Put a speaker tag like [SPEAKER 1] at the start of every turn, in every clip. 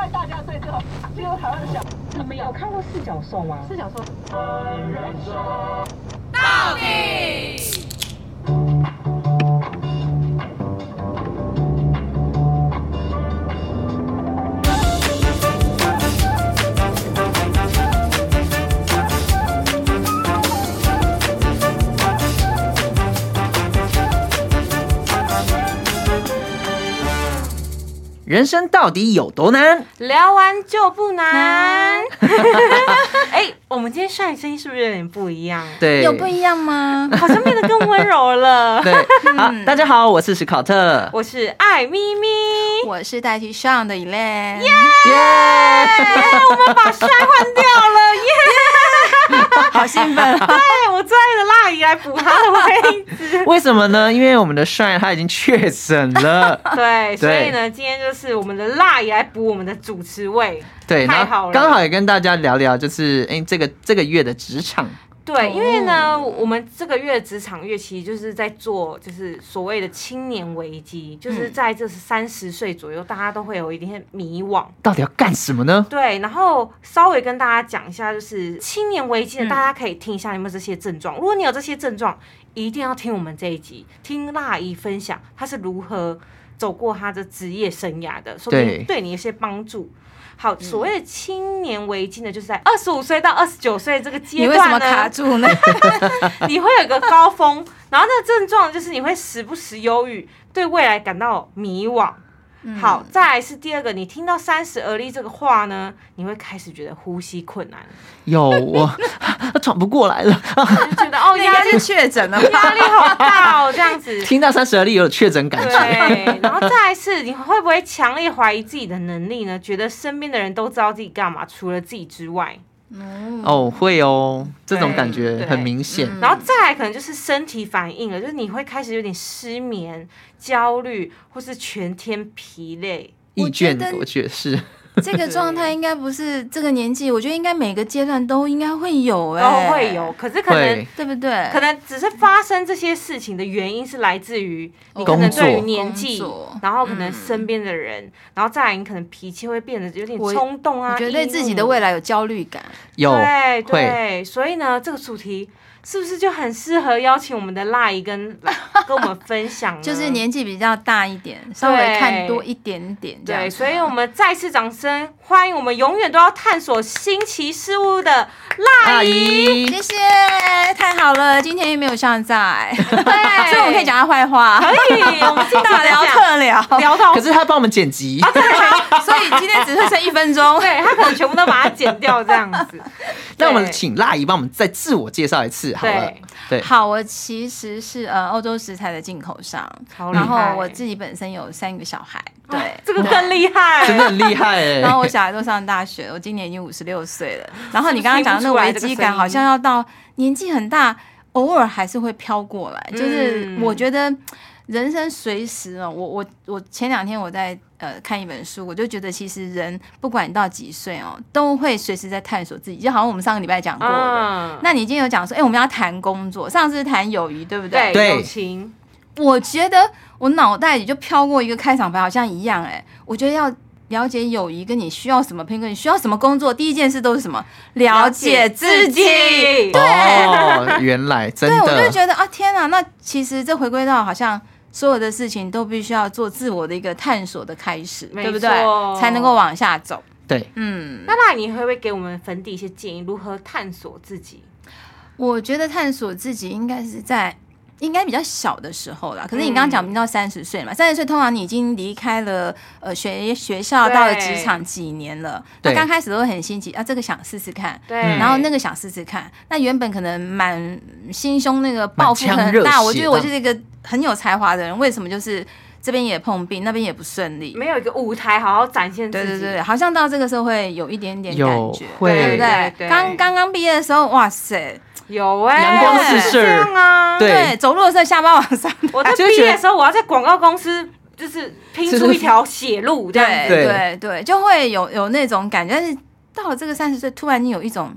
[SPEAKER 1] 最后最后台湾的小
[SPEAKER 2] 你们有看过四角兽吗？
[SPEAKER 1] 是想说，
[SPEAKER 3] 人生到底有多难？
[SPEAKER 4] 聊完就不难。嗯哎、我们今天帅声音是不是有点不一样？
[SPEAKER 3] 对，
[SPEAKER 5] 有不一样吗？
[SPEAKER 4] 好像变得更温柔了。
[SPEAKER 3] 对，好，
[SPEAKER 4] 嗯
[SPEAKER 3] 大家好，我是史考特，
[SPEAKER 4] 我是艾咪咪，
[SPEAKER 5] 我是代替上的 Elaine，
[SPEAKER 3] 耶、
[SPEAKER 4] 我们把帅换掉了，耶、
[SPEAKER 5] 好兴 奋！
[SPEAKER 4] 对我最爱的辣姨来补他的位置。
[SPEAKER 3] 为什么呢？因为我们的帅他已经确诊了，
[SPEAKER 4] 对，所以呢，今天就是我们的辣姨来补我们的主持位。
[SPEAKER 3] 对，
[SPEAKER 4] 太
[SPEAKER 3] 然
[SPEAKER 4] 好
[SPEAKER 3] 后
[SPEAKER 4] 了
[SPEAKER 3] 刚好也跟大家聊聊，就是哎、这个这个月的职场，
[SPEAKER 5] 哦
[SPEAKER 4] 对，因为呢，我们这个月职场月其实就是在做，就是所谓的青年危机，
[SPEAKER 5] 嗯
[SPEAKER 4] 就是在这三十岁左右，大家都会有一点迷惘。
[SPEAKER 3] 到底要干什么呢？
[SPEAKER 4] 对，然后稍微跟大家讲一下，就是青年危机的，
[SPEAKER 5] 嗯
[SPEAKER 4] 大家可以听一下有没有这些症状。如果你有这些症状，一定要听我们这一集，听辣姨分享她是如何走过她的职业生涯的，说不
[SPEAKER 3] 对
[SPEAKER 4] 定对你有些帮助。
[SPEAKER 5] 嗯
[SPEAKER 4] 好，所谓的青年危机呢，就是在二十五岁到二十九岁这个阶
[SPEAKER 5] 你为什
[SPEAKER 4] 段
[SPEAKER 5] 么
[SPEAKER 4] 呢，
[SPEAKER 5] 卡住呢？
[SPEAKER 4] 你会有一个高峰，然后那个症状就是你会时不时忧郁，对未来感到迷惘。好，再来是第二个，你听到“三十而立”这个话呢，你会开始觉得呼吸困 难，
[SPEAKER 3] 有我 喘不过来了，啊
[SPEAKER 4] 就觉得哦
[SPEAKER 5] 应
[SPEAKER 4] 压
[SPEAKER 5] 该
[SPEAKER 4] 力
[SPEAKER 5] 是确诊 了吧？
[SPEAKER 4] 压力好大哦，这样 子。
[SPEAKER 3] 听到三十而立有确诊感觉，
[SPEAKER 4] 对，然后再来是你会不会强烈怀疑自己的能力呢？觉得身边的人都知道自己干嘛，除了自己之外。
[SPEAKER 3] 哦，会哦，这种
[SPEAKER 4] 对
[SPEAKER 3] 感觉
[SPEAKER 4] 对嗯
[SPEAKER 3] 很明显。
[SPEAKER 4] 然后再来可能就是身体反应了，就是你会开始有点失眠、焦虑，或是全天疲累。
[SPEAKER 3] 意
[SPEAKER 5] 我觉
[SPEAKER 3] 见
[SPEAKER 5] 得
[SPEAKER 3] 我觉得是，
[SPEAKER 5] 这个状态应该不是这个年纪，我觉得应该每个阶段都应该会有哎、
[SPEAKER 4] 哦，会，有，可是可能
[SPEAKER 3] 会
[SPEAKER 5] 对不对？
[SPEAKER 4] 可能只是发生这些事情的原因是来自于你可能
[SPEAKER 3] 工作
[SPEAKER 4] 对于年纪
[SPEAKER 5] 哦工作，嗯
[SPEAKER 4] 然后可能身边的人，然后再来你可能脾气会变得有点
[SPEAKER 5] 我
[SPEAKER 4] 冲动啊，
[SPEAKER 5] 我觉得对自己的未
[SPEAKER 4] 来
[SPEAKER 5] 来有焦虑感，
[SPEAKER 3] 有
[SPEAKER 4] 对
[SPEAKER 3] 会
[SPEAKER 4] 对，所以呢，这个主题是不是就很适合邀请我们的辣姨跟 跟我们分享呢？
[SPEAKER 5] 就是年纪比较大一点，稍微看多一点点这样
[SPEAKER 4] 对，。所以我们再次掌声欢迎我们永远都要探索新奇事物的辣
[SPEAKER 3] 阿
[SPEAKER 4] 姨。
[SPEAKER 3] 姨
[SPEAKER 5] 谢谢，太好了，今天又没有上在， 所
[SPEAKER 4] 对
[SPEAKER 5] 以我们可以讲他坏话，
[SPEAKER 4] 可以，我们今
[SPEAKER 5] 大
[SPEAKER 4] 天
[SPEAKER 5] 聊特聊，
[SPEAKER 4] 聊到
[SPEAKER 3] 可是他帮我们剪辑，
[SPEAKER 4] 啊
[SPEAKER 5] 所以今天只会剩一分钟。
[SPEAKER 4] 对他可能全部都把它剪掉这样子。
[SPEAKER 3] 那我们请辣姨帮我们再自我介绍一次好了
[SPEAKER 4] 对。
[SPEAKER 3] 对，
[SPEAKER 5] 好，我其实是呃欧洲食材的进口商，
[SPEAKER 4] 好厉害
[SPEAKER 5] 然后我自己本身有三个小孩， 对。
[SPEAKER 4] 这个更厉害，
[SPEAKER 3] 真的很厉害 哎。
[SPEAKER 5] 然后我小孩都上大学，我今年已经五十六岁 了。然后你刚刚讲的那
[SPEAKER 4] 是不
[SPEAKER 5] 个
[SPEAKER 4] 是
[SPEAKER 5] 危
[SPEAKER 4] 听不出来
[SPEAKER 5] 机
[SPEAKER 4] 这个声
[SPEAKER 5] 感，
[SPEAKER 4] 音
[SPEAKER 5] 好像要到年纪很大，偶尔还是会飘过来。就是
[SPEAKER 4] 嗯
[SPEAKER 5] 我觉得人生随时哦，我我我前两天我在呃看一本书，我就觉得其实人不管你到几岁哦，都会随时在探索自己，就好像我们上个礼拜讲过的。
[SPEAKER 4] 嗯，
[SPEAKER 5] 那你今天有讲说，哎、我们要谈工作，上次是谈友谊，对不
[SPEAKER 4] 对
[SPEAKER 5] 对？
[SPEAKER 3] 对
[SPEAKER 4] 友情，
[SPEAKER 5] 我觉得我脑袋里就飘过一个开场白，好像一样哎、我觉得要了解友谊，跟你需要什么朋友，跟你需要什么工作，第一件事都是什么？了解自己。
[SPEAKER 4] 对
[SPEAKER 3] 哦，原来真
[SPEAKER 5] 对，我就
[SPEAKER 3] 的，
[SPEAKER 5] 觉得啊，天哪！那其实这回归到好像所有的事情都必须要做自我的一个探索的开始，
[SPEAKER 4] 没
[SPEAKER 5] 对不对
[SPEAKER 4] 错？
[SPEAKER 5] 才能够往下走。
[SPEAKER 3] 对，
[SPEAKER 5] 嗯，
[SPEAKER 4] 那那你会不会给我们粉底一些建议，如何探索自己？
[SPEAKER 5] 我觉得探索自己应该是在应该比较小的时候啦。可是你刚刚讲
[SPEAKER 3] 嗯
[SPEAKER 5] 到三十岁嘛，三十岁通常你已经离开了呃学学校，
[SPEAKER 4] 对
[SPEAKER 5] 到了职场几年了，
[SPEAKER 3] 对
[SPEAKER 5] 那刚开始都会很新奇啊，这个想试试看。
[SPEAKER 4] 对，
[SPEAKER 3] 嗯
[SPEAKER 5] 然后那个想试试看，那原本可能满心胸那个抱负
[SPEAKER 3] 满腔
[SPEAKER 5] 很
[SPEAKER 3] 热血
[SPEAKER 5] 大，我觉得我就是一个很有才华的人，为什么就是这边也碰壁，那边也不顺利？
[SPEAKER 4] 没有一个舞台好好展现自
[SPEAKER 5] 对
[SPEAKER 4] 己，
[SPEAKER 5] 对对，好像到这个时候会有一点点
[SPEAKER 3] 有
[SPEAKER 5] 感觉，
[SPEAKER 3] 会
[SPEAKER 5] 对不
[SPEAKER 4] 对对
[SPEAKER 5] 对？刚刚刚毕业的时候，哇塞，
[SPEAKER 4] 有哎，
[SPEAKER 3] 阳
[SPEAKER 5] 光四射
[SPEAKER 4] 这样啊，
[SPEAKER 3] 对
[SPEAKER 5] 对，走路的时候下巴往上
[SPEAKER 4] 我在
[SPEAKER 3] 啊就是
[SPEAKER 4] 毕
[SPEAKER 3] 觉得
[SPEAKER 4] 业的时候，我要在广告公司就是拼出一条血路这样
[SPEAKER 5] 对
[SPEAKER 4] 子，
[SPEAKER 3] 对
[SPEAKER 5] 对对，就会有有那种感觉。但是到了这个三十岁，突然你有一种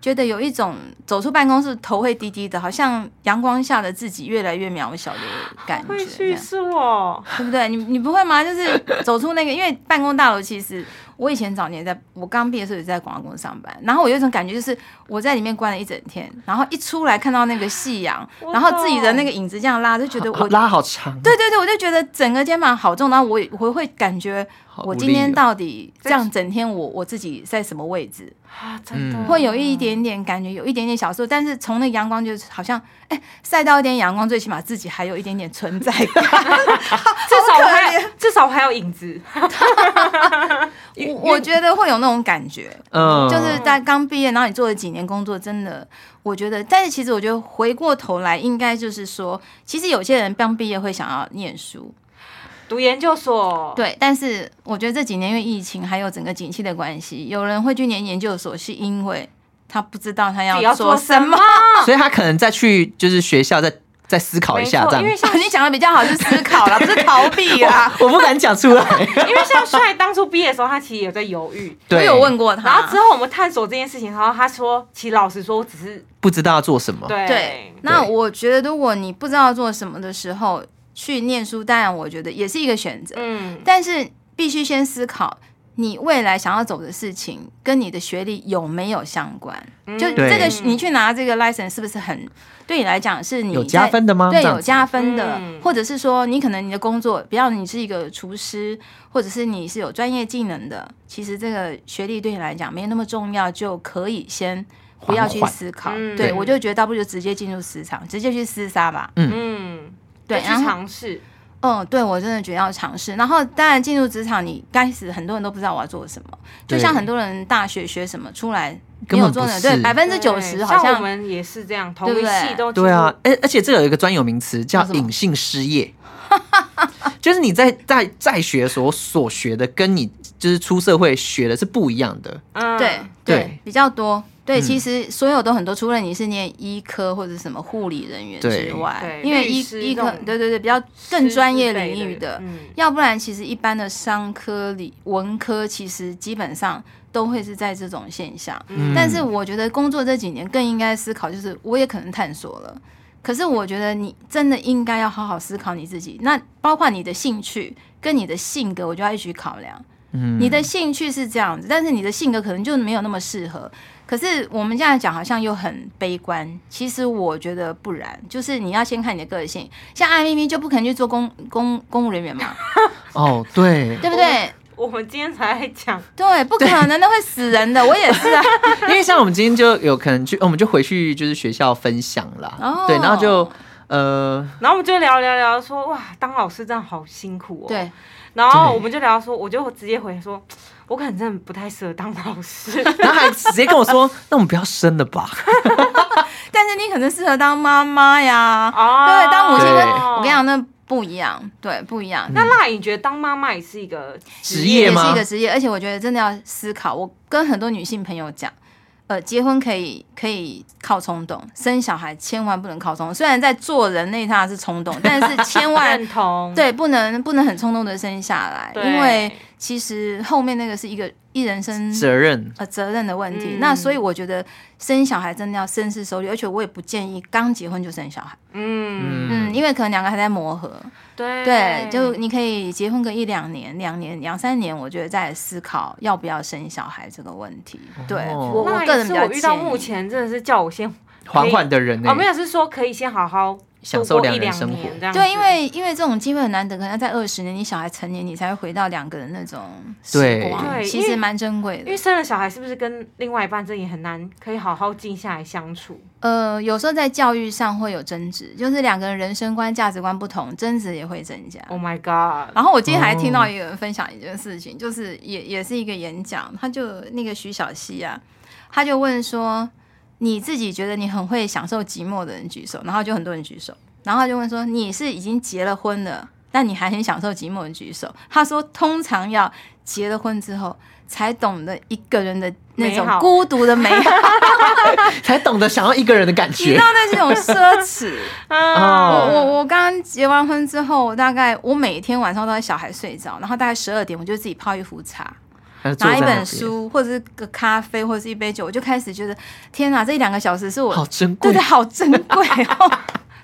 [SPEAKER 5] 觉得有一种走出办公室头会低低的，好像阳光下的自己越来越渺小的感觉，
[SPEAKER 4] 会
[SPEAKER 5] 这
[SPEAKER 4] 叙
[SPEAKER 5] 样
[SPEAKER 4] 述哦，
[SPEAKER 5] 对不对？你你不会吗？就是走出那个，因为办公大楼其实我以前早年在我刚毕业的时候也在广告公司上班，然后我有一种感觉，就是我在里面关了一整天，然后一出来看到那个夕阳
[SPEAKER 4] 我，
[SPEAKER 5] 然后自己的
[SPEAKER 4] 懂
[SPEAKER 5] 那个影子这样拉，就觉得
[SPEAKER 3] 好
[SPEAKER 5] 我
[SPEAKER 3] 拉好长，啊
[SPEAKER 5] 对对对，我就觉得整个肩膀好重，然后我也我会感觉
[SPEAKER 3] 好无力哦，
[SPEAKER 5] 我今天到底这样整天我我自己在什么位置，
[SPEAKER 4] 啊，真的
[SPEAKER 3] 嗯
[SPEAKER 5] 会有一点点感觉，有一点点小受，但是从那阳光就是好像哎晒到一点阳光，最起码自己还有一点点存 在感。
[SPEAKER 4] 至少我还有至少我还有影子，
[SPEAKER 5] 我我觉得会有那种感觉，
[SPEAKER 3] 嗯，
[SPEAKER 5] 就是在刚毕业，然后你做了几年工作，真的，我觉得，但是其实我觉得回过头来，应该就是说，其实有些人刚毕业会想要念书，
[SPEAKER 4] 读研究所，
[SPEAKER 5] 对，但是我觉得这几年因为疫情还有整个景气的关系，有人会去念研究所，是因为他不知道他
[SPEAKER 4] 自己要
[SPEAKER 5] 做
[SPEAKER 4] 做
[SPEAKER 5] 什
[SPEAKER 4] 什么。
[SPEAKER 5] 么
[SPEAKER 3] 所以他可能再去就是学校再再思考一
[SPEAKER 4] 没
[SPEAKER 3] 下这
[SPEAKER 4] 错，因为
[SPEAKER 3] 样。
[SPEAKER 4] 像 哦
[SPEAKER 5] 你讲的比较好，是思考啦，不是逃避 啦。
[SPEAKER 3] 我不敢讲出 来，
[SPEAKER 4] 因为像帅当初毕业的时候，他其实有在犹豫。
[SPEAKER 5] 我
[SPEAKER 3] 对，
[SPEAKER 5] 有问过他，
[SPEAKER 4] 然后之后我们探索这件事情，然后他说，其实老实说，我只是
[SPEAKER 3] 不知道要做什么。
[SPEAKER 4] 对
[SPEAKER 5] 哦对，那我觉得如果你不知道做什么的时候去念书，当然我觉得也是一个选择，
[SPEAKER 4] 嗯，
[SPEAKER 5] 但是必须先思考你未来想要走的事情跟你的学历有没有相关。就
[SPEAKER 4] 嗯
[SPEAKER 3] 对
[SPEAKER 5] 这个你去拿这个 license 是不是很对你来讲是你
[SPEAKER 3] 有加
[SPEAKER 5] 在
[SPEAKER 3] 分的吗？
[SPEAKER 5] 对，
[SPEAKER 3] 这样
[SPEAKER 5] 有加分的，
[SPEAKER 4] 嗯
[SPEAKER 5] 或者是说你可能你的工作，比方你是一个厨师，或者是你是有专业技能的，其实这个学历对你来讲没那么重要，就可以先不要去
[SPEAKER 3] 缓缓
[SPEAKER 5] 思考。
[SPEAKER 4] 嗯
[SPEAKER 5] 对
[SPEAKER 3] 对
[SPEAKER 5] 我就觉得倒不如就直接进入市场，直接去厮杀吧。
[SPEAKER 4] 嗯，
[SPEAKER 5] 对，
[SPEAKER 4] 就
[SPEAKER 5] 然
[SPEAKER 4] 去
[SPEAKER 5] 后
[SPEAKER 4] 尝试，
[SPEAKER 5] 嗯，对我真的觉得要尝试。然后当然进入职场，你刚开始很多人都不知道我要做什么，
[SPEAKER 3] 对
[SPEAKER 5] 就像很多人大学学什么出来没
[SPEAKER 3] 根
[SPEAKER 5] 有
[SPEAKER 3] 本不
[SPEAKER 5] 做的，
[SPEAKER 3] 是
[SPEAKER 5] 对，百分之九十
[SPEAKER 4] 对
[SPEAKER 5] 好
[SPEAKER 4] 像我
[SPEAKER 5] 像。
[SPEAKER 4] 们也是这样，同一
[SPEAKER 5] 对不对
[SPEAKER 4] 系都
[SPEAKER 3] 对啊，，而而且这个有一个专有名词叫
[SPEAKER 5] 叫什么
[SPEAKER 3] 隐性失 业，就是你在在在学所所学的跟你就是出社会学的是不一样的。
[SPEAKER 4] 嗯
[SPEAKER 5] 对
[SPEAKER 3] 对
[SPEAKER 5] 比较多。
[SPEAKER 3] 嗯
[SPEAKER 5] 对，其实所有都很多，除了你是念医科或者什么护理人员
[SPEAKER 3] 对
[SPEAKER 5] 之外
[SPEAKER 4] 对，
[SPEAKER 5] 因为医
[SPEAKER 4] 律师
[SPEAKER 5] 医科
[SPEAKER 4] 这，种
[SPEAKER 5] 对对对，比较更专业领域的，
[SPEAKER 4] 嗯，
[SPEAKER 5] 要不然其实一般的商科理文科，其实基本上都会是在这种现象。
[SPEAKER 3] 嗯
[SPEAKER 5] 但是我觉得工作这几年更应该思考，就是我也可能探索了，可是我觉得你真的应该要好好思考你自己，那包括你的兴趣跟你的性格，我就要一起考量。
[SPEAKER 3] 嗯
[SPEAKER 5] 你的兴趣是这样子，但是你的性格可能就没有那么适合。可是我们这样讲好像又很悲观，其实我觉得不然，就是你要先看你的个性。像艾咪咪就不可能去做公公公务人 员嘛，
[SPEAKER 3] 哦，对，
[SPEAKER 5] 对不对？
[SPEAKER 4] 我们今天才在讲，
[SPEAKER 5] 对，不可能，那会死人的。我也 是啊，
[SPEAKER 3] 因为像我们今天就有可能去，我们就回去就是学校分享啦。
[SPEAKER 5] 哦
[SPEAKER 3] 对，然后就呃，
[SPEAKER 4] 然后我们就聊聊聊说，哇，当老师真的好辛苦哦，，
[SPEAKER 5] 对，
[SPEAKER 4] 然后
[SPEAKER 3] 对
[SPEAKER 4] 我们就聊说，我就直接回说，我可能真的不太适合当老师，
[SPEAKER 3] 然后还直接跟我 说，那我们不要生了吧。
[SPEAKER 5] 但是你可能适合当妈妈呀，
[SPEAKER 4] 哦
[SPEAKER 5] 对，当母亲跟
[SPEAKER 3] 对
[SPEAKER 5] 我跟你讲，那不一样，对，不一样。
[SPEAKER 4] 那辣颖觉得当妈妈也是一个
[SPEAKER 3] 职业
[SPEAKER 5] 也是
[SPEAKER 3] 吗
[SPEAKER 5] 一个职业，而且我觉得真的要思考。我跟很多女性朋友讲，呃，结婚可以可以靠冲动，生小孩千万不能靠冲动。虽然在做人那一趟是冲动，但是千万
[SPEAKER 4] 认同，
[SPEAKER 5] 对不能不能很冲动的生下来，
[SPEAKER 4] 对，
[SPEAKER 5] 因为其实后面那个是一个一人生
[SPEAKER 3] 责任，
[SPEAKER 5] 呃责任的问题。
[SPEAKER 4] 嗯
[SPEAKER 5] 那所以我觉得生小孩真的要深思熟虑，而且我也不建议刚结婚就生小孩，
[SPEAKER 4] 嗯，
[SPEAKER 5] 嗯，因为可能两个还在磨合。
[SPEAKER 4] 对
[SPEAKER 5] 对，就你可以结婚个一两年、两年、两三年，我觉得再思考要不要生小孩这个问题。对
[SPEAKER 3] 哦
[SPEAKER 5] 我，
[SPEAKER 4] 那
[SPEAKER 5] 我
[SPEAKER 4] 也
[SPEAKER 5] 个人
[SPEAKER 4] 是
[SPEAKER 5] 比较
[SPEAKER 4] 我遇到
[SPEAKER 5] 建议
[SPEAKER 4] 目前真的是叫我先
[SPEAKER 3] 缓缓欸的人呢、
[SPEAKER 4] 哦，没有是说可以先好好
[SPEAKER 3] 享受
[SPEAKER 4] 度过
[SPEAKER 3] 两
[SPEAKER 4] 一
[SPEAKER 3] 人
[SPEAKER 4] 两
[SPEAKER 3] 生活
[SPEAKER 4] 年这样子，
[SPEAKER 5] 对，因为因为这种机会很难得，可能要在二十年，你小孩成年，你才会回到两个人那种时
[SPEAKER 3] 对
[SPEAKER 5] 光，
[SPEAKER 4] 对
[SPEAKER 5] 其
[SPEAKER 4] 因
[SPEAKER 5] 实
[SPEAKER 4] 为
[SPEAKER 5] 蛮珍贵
[SPEAKER 4] 因为
[SPEAKER 5] 的。
[SPEAKER 4] 生了小孩，是不是跟另外一半这也很难可以好好静下来相 处？
[SPEAKER 5] 呃，有时候在教育上会有争执，就是两个人人生观、价值观不同，争执也会增加。
[SPEAKER 4] Oh my god！
[SPEAKER 5] 然后我今天还听
[SPEAKER 3] 哦
[SPEAKER 5] 到一个人分享一件事情，就是也也是一个演讲，他就那个徐小溪啊，他就问说，你自己觉得你很会享受寂寞的人举手，然后就很多人举手，然后他就问说，你是已经结了婚了，但你还很享受寂寞的人举手？他说，通常要结了婚之后才懂得一个人的那
[SPEAKER 4] 美
[SPEAKER 5] 种
[SPEAKER 4] 好
[SPEAKER 5] 孤独的美好，
[SPEAKER 3] 才懂得想要一个人的感
[SPEAKER 5] 你知
[SPEAKER 3] 觉
[SPEAKER 5] 道。那是一种奢侈。
[SPEAKER 4] 啊，
[SPEAKER 3] 哦
[SPEAKER 5] 我我我刚结完婚之后，我大概我每天晚上都在小孩睡着，然后大概十二点我就自己泡一壶茶，
[SPEAKER 3] 还是坐
[SPEAKER 5] 拿一
[SPEAKER 3] 在那
[SPEAKER 5] 本
[SPEAKER 3] 边，
[SPEAKER 5] 书或者是个咖啡或者是一杯酒，我就开始觉得天哪，这一两个小时是我
[SPEAKER 3] 好珍贵
[SPEAKER 5] 对对。好珍贵哦。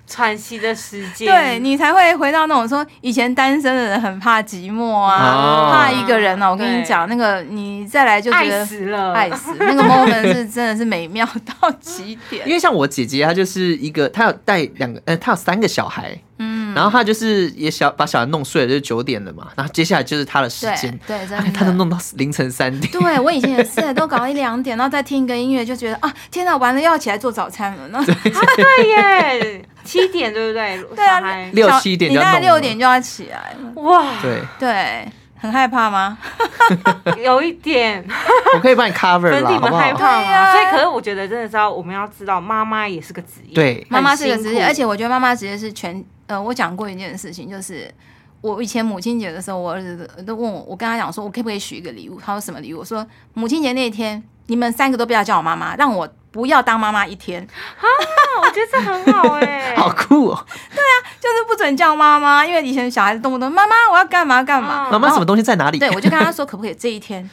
[SPEAKER 4] 喘息的时间。
[SPEAKER 5] 对你才会回到那种说以前单身的人很怕寂寞啊，
[SPEAKER 3] 哦
[SPEAKER 5] 怕一个人哦。我跟你讲，那个你再来就觉
[SPEAKER 4] 爱
[SPEAKER 5] 得
[SPEAKER 4] 死了，
[SPEAKER 5] 爱死，那个 moment 是真的是美妙到极
[SPEAKER 3] 因
[SPEAKER 5] 点。
[SPEAKER 3] 为像我姐姐，她就是一个，她有带两个，呃，她有三个小孩，嗯，然后她就是也小把小孩弄睡了，就是九点了嘛，然后接下来就是她的时
[SPEAKER 5] 对
[SPEAKER 3] 间，
[SPEAKER 5] 对，真
[SPEAKER 3] 哎
[SPEAKER 5] 的。
[SPEAKER 3] 她都弄到凌晨三点，
[SPEAKER 5] 对我以前也是，都搞到一两点，然后再听一个音乐，就觉得啊，天哪，完了又要起来做早餐了。那
[SPEAKER 4] 啊对耶，七点对不对？
[SPEAKER 5] 对啊
[SPEAKER 4] 小孩
[SPEAKER 3] 六
[SPEAKER 5] 小
[SPEAKER 3] 七点
[SPEAKER 5] 你
[SPEAKER 3] 就要
[SPEAKER 5] 大概
[SPEAKER 3] 弄了
[SPEAKER 5] 六点就要起来了。
[SPEAKER 4] 哇，
[SPEAKER 3] 对，
[SPEAKER 5] 对，很害怕吗？
[SPEAKER 4] 有一点
[SPEAKER 3] 我可以帮你 cover
[SPEAKER 4] 粉
[SPEAKER 3] 啦，
[SPEAKER 4] 底
[SPEAKER 3] 好
[SPEAKER 4] 们
[SPEAKER 3] 不
[SPEAKER 4] 害
[SPEAKER 3] 好？
[SPEAKER 4] 怕
[SPEAKER 5] 对
[SPEAKER 4] 嘛，
[SPEAKER 5] 啊
[SPEAKER 4] 所以可是我觉得真的是要我们要知道，妈妈也是个职业，，
[SPEAKER 3] 对，，
[SPEAKER 5] 妈妈
[SPEAKER 4] 很
[SPEAKER 5] 是个
[SPEAKER 4] 辛
[SPEAKER 5] 职业，
[SPEAKER 4] 苦
[SPEAKER 5] 而且我觉得妈妈职业是全呃，我讲过一件事情，就是我以前母亲节的时候，我儿子都都问我，我跟他讲说，我可不可以许一个礼物？他说什么礼物？我说母亲节那一天，你们三个都不要叫我妈妈，让我不要当妈妈一天，
[SPEAKER 4] 那啊我觉得这很好 哎
[SPEAKER 3] 好酷
[SPEAKER 5] 嗯
[SPEAKER 3] 哦，
[SPEAKER 5] 就是不准叫妈妈，因为以前小孩子动不动妈妈我要干嘛干嘛，
[SPEAKER 4] 嗯
[SPEAKER 3] 妈妈什么东西在哪里？
[SPEAKER 5] 对我就跟他说，可不可以这一天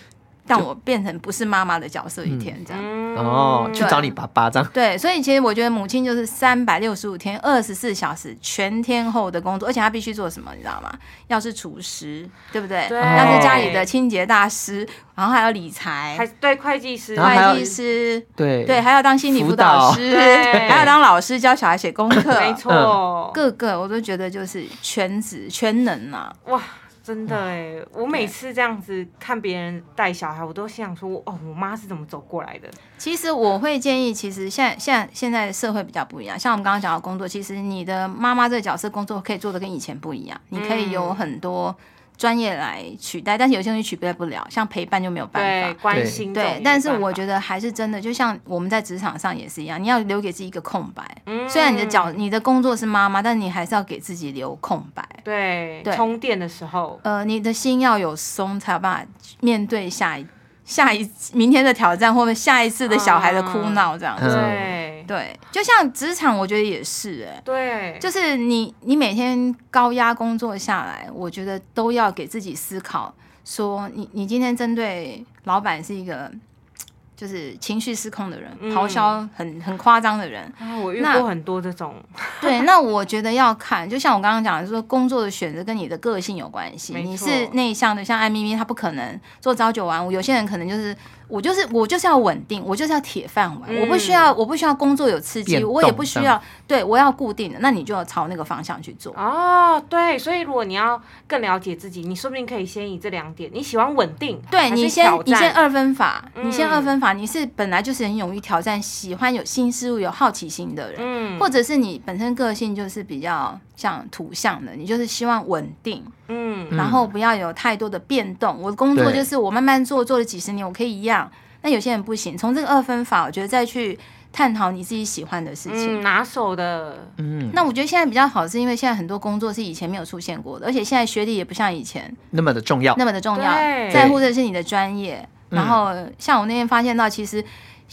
[SPEAKER 5] 让我变成不是妈妈的角色一天这样？
[SPEAKER 4] 嗯
[SPEAKER 3] 哦，去找你爸爸这样，
[SPEAKER 5] 对，所以其实我觉得母亲就是三百六十五天、二十四小时全天候的工作，而且她必须做什么，你知道吗？要是厨师，对不对？
[SPEAKER 4] 对
[SPEAKER 5] 要是家里的清洁大师，然后还要理财
[SPEAKER 4] 还、对会计师，
[SPEAKER 3] 然后还要
[SPEAKER 5] 会计师，
[SPEAKER 3] 对
[SPEAKER 5] 对，还要当心理
[SPEAKER 3] 辅
[SPEAKER 5] 辅导
[SPEAKER 3] 导
[SPEAKER 5] 师，
[SPEAKER 4] 对
[SPEAKER 5] 还要当老师教小孩写功课，
[SPEAKER 4] 没错，
[SPEAKER 3] 嗯
[SPEAKER 5] 各个我都觉得就是全职全能啊。
[SPEAKER 4] 哇。真的哎，我每次这样子看别人带小孩，我都心想说，哦，我妈是怎么走过来的？
[SPEAKER 5] 其实我会建议，其实现在现在现在社会比较不一样，像我们刚刚讲的工作，其实你的妈妈这个角色工作可以做的跟以前不一样，你可以有很多专业来取代，但是有些东西取代不了，像陪伴就没有办
[SPEAKER 4] 对，
[SPEAKER 5] 法。
[SPEAKER 4] 关心这种
[SPEAKER 5] 对
[SPEAKER 4] 也，
[SPEAKER 5] 但是
[SPEAKER 4] 办法
[SPEAKER 5] 我觉得还是真的，就像我们在职场上也是一样，你要留给自己一个空白。
[SPEAKER 4] 嗯
[SPEAKER 5] 虽然你的角、你的工作是妈妈，但你还是要给自己留空白。
[SPEAKER 4] 对
[SPEAKER 5] 对
[SPEAKER 4] 充电的时候，
[SPEAKER 5] 呃，你的心要有松，才有办法面对下一下一明天的挑战，或者下一次的小孩的哭闹这样子。
[SPEAKER 3] 嗯
[SPEAKER 4] 对
[SPEAKER 5] 对，就像职场，我觉得也是、欸，
[SPEAKER 4] 对，
[SPEAKER 5] 就是你你每天高压工作下来，我觉得都要给自己思考，说你你今天针对老板是一个就是情绪失控的人，
[SPEAKER 4] 嗯
[SPEAKER 5] 咆哮很很夸张的人，
[SPEAKER 4] 啊，我遇
[SPEAKER 5] 那
[SPEAKER 4] 过很多这种，
[SPEAKER 5] 对，那我觉得要看，就像我刚刚讲的，说工作的选择跟你的个性有关系。
[SPEAKER 4] 没
[SPEAKER 5] 你
[SPEAKER 4] 错
[SPEAKER 5] 是内向的，像艾咪咪，她不可能做朝九晚五。有些人可能就是我就是我就是要稳定，我就是要铁饭碗，我不需要
[SPEAKER 4] 嗯
[SPEAKER 5] 我不需要工作有刺激，
[SPEAKER 3] 变
[SPEAKER 5] 我也
[SPEAKER 3] 动
[SPEAKER 5] 不需
[SPEAKER 3] 这
[SPEAKER 5] 要对我要固定的，那你就要朝那个方向去做。
[SPEAKER 4] 哦，对，所以如果你要更了解自己，你说不定可以先以这两点，你喜欢稳定，还
[SPEAKER 5] 对
[SPEAKER 4] 是
[SPEAKER 5] 你先
[SPEAKER 4] 挑，
[SPEAKER 5] 你
[SPEAKER 4] 战
[SPEAKER 5] 先二分法，你先
[SPEAKER 4] 嗯
[SPEAKER 5] 二分法，你是本来就是很勇于挑战、喜欢有新事物、有好奇心的人，
[SPEAKER 4] 嗯
[SPEAKER 5] 或者是你本身个性就是比较像土象的，你就是希望稳定，
[SPEAKER 4] 嗯，
[SPEAKER 5] 然后不要有太多的变动。我的工作
[SPEAKER 3] 对
[SPEAKER 5] 就是我慢慢做，做了几十年，我可以一样。那有些人不行，从这个二分法，我觉得再去探讨你自己喜欢的事
[SPEAKER 4] 嗯，
[SPEAKER 5] 情。
[SPEAKER 4] 拿手的，
[SPEAKER 3] 嗯，
[SPEAKER 5] 那我觉得现在比较好，是因为现在很多工作是以前没有出现过的，而且现在学历也不像以前
[SPEAKER 3] 那么的重要，
[SPEAKER 5] 那么的重要
[SPEAKER 4] 哦对，
[SPEAKER 5] 在乎的是你的专业。
[SPEAKER 3] 嗯
[SPEAKER 5] 然后像我那天发现到，其实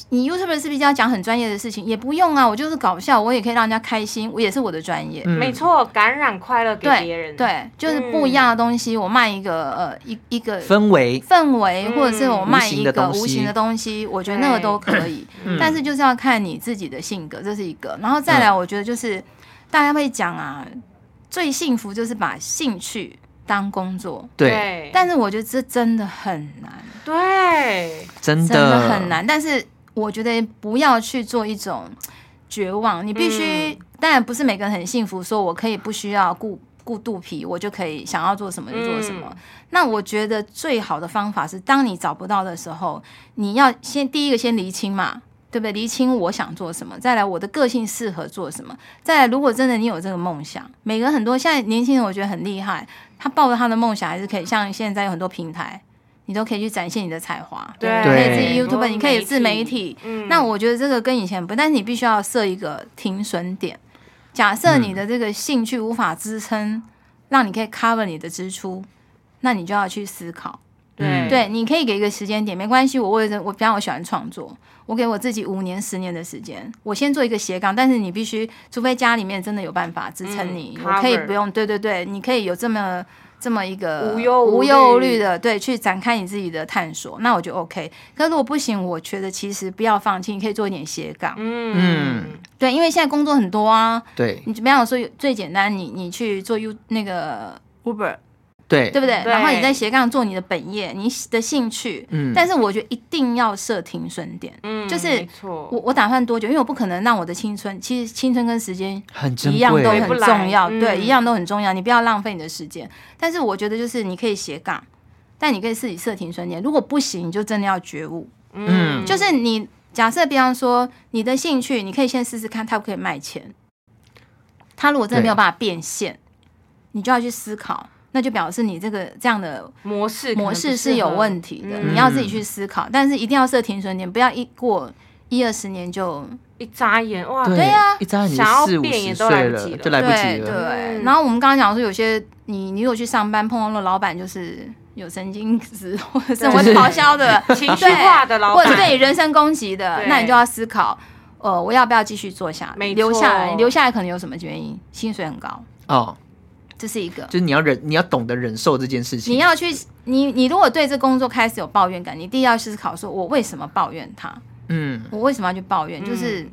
[SPEAKER 5] 你 YouTube 是不是要讲很专业的事情？也不用啊，我就是搞笑，我也可以让人家开心，我也是我的专业。
[SPEAKER 3] 嗯
[SPEAKER 4] 没错，感染快乐给
[SPEAKER 5] 对
[SPEAKER 4] 别人，，
[SPEAKER 5] 对，就是不
[SPEAKER 4] 嗯
[SPEAKER 5] 一样的东西，我卖一个呃一一个
[SPEAKER 3] 氛围，
[SPEAKER 5] 氛围，或者是我卖一个
[SPEAKER 3] 嗯
[SPEAKER 5] 无
[SPEAKER 3] 无
[SPEAKER 5] 形
[SPEAKER 3] 形的
[SPEAKER 5] 的东西，嗯我觉得那个都可以。但是就是要看你自己的性格，这是一个。然后再来，我觉得就是、大家会讲啊，最幸福就是把兴趣当工作，
[SPEAKER 3] 对，
[SPEAKER 4] 对，
[SPEAKER 5] 但是我觉得这真的很难，
[SPEAKER 4] 对，
[SPEAKER 3] 真
[SPEAKER 5] 真
[SPEAKER 3] 的
[SPEAKER 5] 的很，难。但是我觉得不要去做一种绝望，你必须、当然不是每个人很幸福，说我可以不需要顾。顾肚皮，我就可以想要做什么就做什么。
[SPEAKER 4] 嗯
[SPEAKER 5] 那我觉得最好的方法是，当你找不到的时候，你要先第一个先厘清嘛，对不对？厘清我想做什么，再来我的个性适合做什么，再来如果真的你有这个梦想，每个人很多现在年轻人我觉得很厉害，他抱着他的梦想还是可以，像现在有很多平台，你都可以去展现你的才华，
[SPEAKER 4] 对
[SPEAKER 5] 不可以自
[SPEAKER 3] 对
[SPEAKER 5] 己 YouTube，你可以
[SPEAKER 4] 多
[SPEAKER 5] 自
[SPEAKER 4] 媒
[SPEAKER 5] 媒
[SPEAKER 4] 体
[SPEAKER 5] 体。
[SPEAKER 4] 嗯
[SPEAKER 5] 那我觉得这个跟以前不，但是你必须要设一个停损点。假设你的这个兴趣无法支撑，让你可以 cover 你的支出，那你就要去思考。
[SPEAKER 4] 对
[SPEAKER 3] 嗯
[SPEAKER 5] 对，你可以给一个时间点，没关系。我为了我，比方我喜欢创作，我给我自己五年、十年的时间，我先做一个斜杠。但是你必须，除非家里面真的有办法支撑你，
[SPEAKER 4] 嗯
[SPEAKER 5] 我可以
[SPEAKER 4] cover
[SPEAKER 5] 不用。对对对，你可以有这么这么一个
[SPEAKER 4] 无忧无
[SPEAKER 5] 无忧无虑
[SPEAKER 4] 虑
[SPEAKER 5] 的，对，去展开你自己的探索，那我就 OK。可如果不行，我觉得其实不要放弃，你可以做一点斜杠。
[SPEAKER 4] 嗯
[SPEAKER 3] 嗯
[SPEAKER 5] 对，因为现在工作很多啊，
[SPEAKER 3] 对
[SPEAKER 5] 你比方说最简单，你你去做 U 那个 Uber，
[SPEAKER 3] 对
[SPEAKER 5] 对不对？
[SPEAKER 4] 对
[SPEAKER 5] 然后你在斜杠做你的本业，你的兴趣，
[SPEAKER 3] 嗯
[SPEAKER 5] 但是我觉得一定要设停损点。
[SPEAKER 4] 嗯，
[SPEAKER 5] 就是
[SPEAKER 4] 没错，
[SPEAKER 5] 我我打算多久？因为我不可能让我的青春，其实青春跟时间
[SPEAKER 3] 很珍
[SPEAKER 5] 一样都
[SPEAKER 3] 贵，
[SPEAKER 5] 很重要，
[SPEAKER 4] 回不来
[SPEAKER 5] 对，
[SPEAKER 4] 嗯
[SPEAKER 5] 一样都很重要。你不要浪费你的时间。但是我觉得就是你可以斜杠，但你可以自己设停损点。如果不行，你就真的要觉悟。
[SPEAKER 3] 嗯
[SPEAKER 5] 就是你假设，比方说你的兴趣，你可以先试试看它可不可以卖钱。它如果真的没有
[SPEAKER 3] 对
[SPEAKER 5] 办法变现，你就要去思考，那就表示你这个这样的
[SPEAKER 4] 模式
[SPEAKER 5] 模式是有问题的，
[SPEAKER 4] 嗯
[SPEAKER 5] 你要自己去思考。但是一定要设停损点，不要一过一二十年就
[SPEAKER 4] 一眨眼哇，
[SPEAKER 5] 对啊
[SPEAKER 3] 一眨眼你
[SPEAKER 4] 想要
[SPEAKER 3] 四五
[SPEAKER 4] 变也
[SPEAKER 3] 十
[SPEAKER 4] 都来
[SPEAKER 3] 岁
[SPEAKER 4] 不及
[SPEAKER 3] 了，
[SPEAKER 4] 了
[SPEAKER 3] 就来不及
[SPEAKER 5] 对
[SPEAKER 3] 了。
[SPEAKER 5] 对。
[SPEAKER 4] 嗯
[SPEAKER 5] 然后我们刚刚讲说，有些你你如果去上班碰到那老板，就是有神经质或者是
[SPEAKER 4] 对
[SPEAKER 5] 会咆哮的、
[SPEAKER 4] 情绪化的老
[SPEAKER 5] 或者
[SPEAKER 4] 板，
[SPEAKER 5] 对你人身攻击的，
[SPEAKER 4] 对
[SPEAKER 5] 那你就要思考，呃，我要不要继续做下来？
[SPEAKER 4] 没错
[SPEAKER 5] 留下来，留下来可能有什么原因？薪水很高，
[SPEAKER 3] 哦，
[SPEAKER 5] 这是一个
[SPEAKER 3] 就。是你要忍，你要懂得忍受这件事情。
[SPEAKER 5] 你要去，你你如果对这工作开始有抱怨感，你第一要思考说，我为什么抱怨他？
[SPEAKER 3] 嗯，
[SPEAKER 5] 我为什么要去抱怨？
[SPEAKER 4] 嗯
[SPEAKER 5] 就是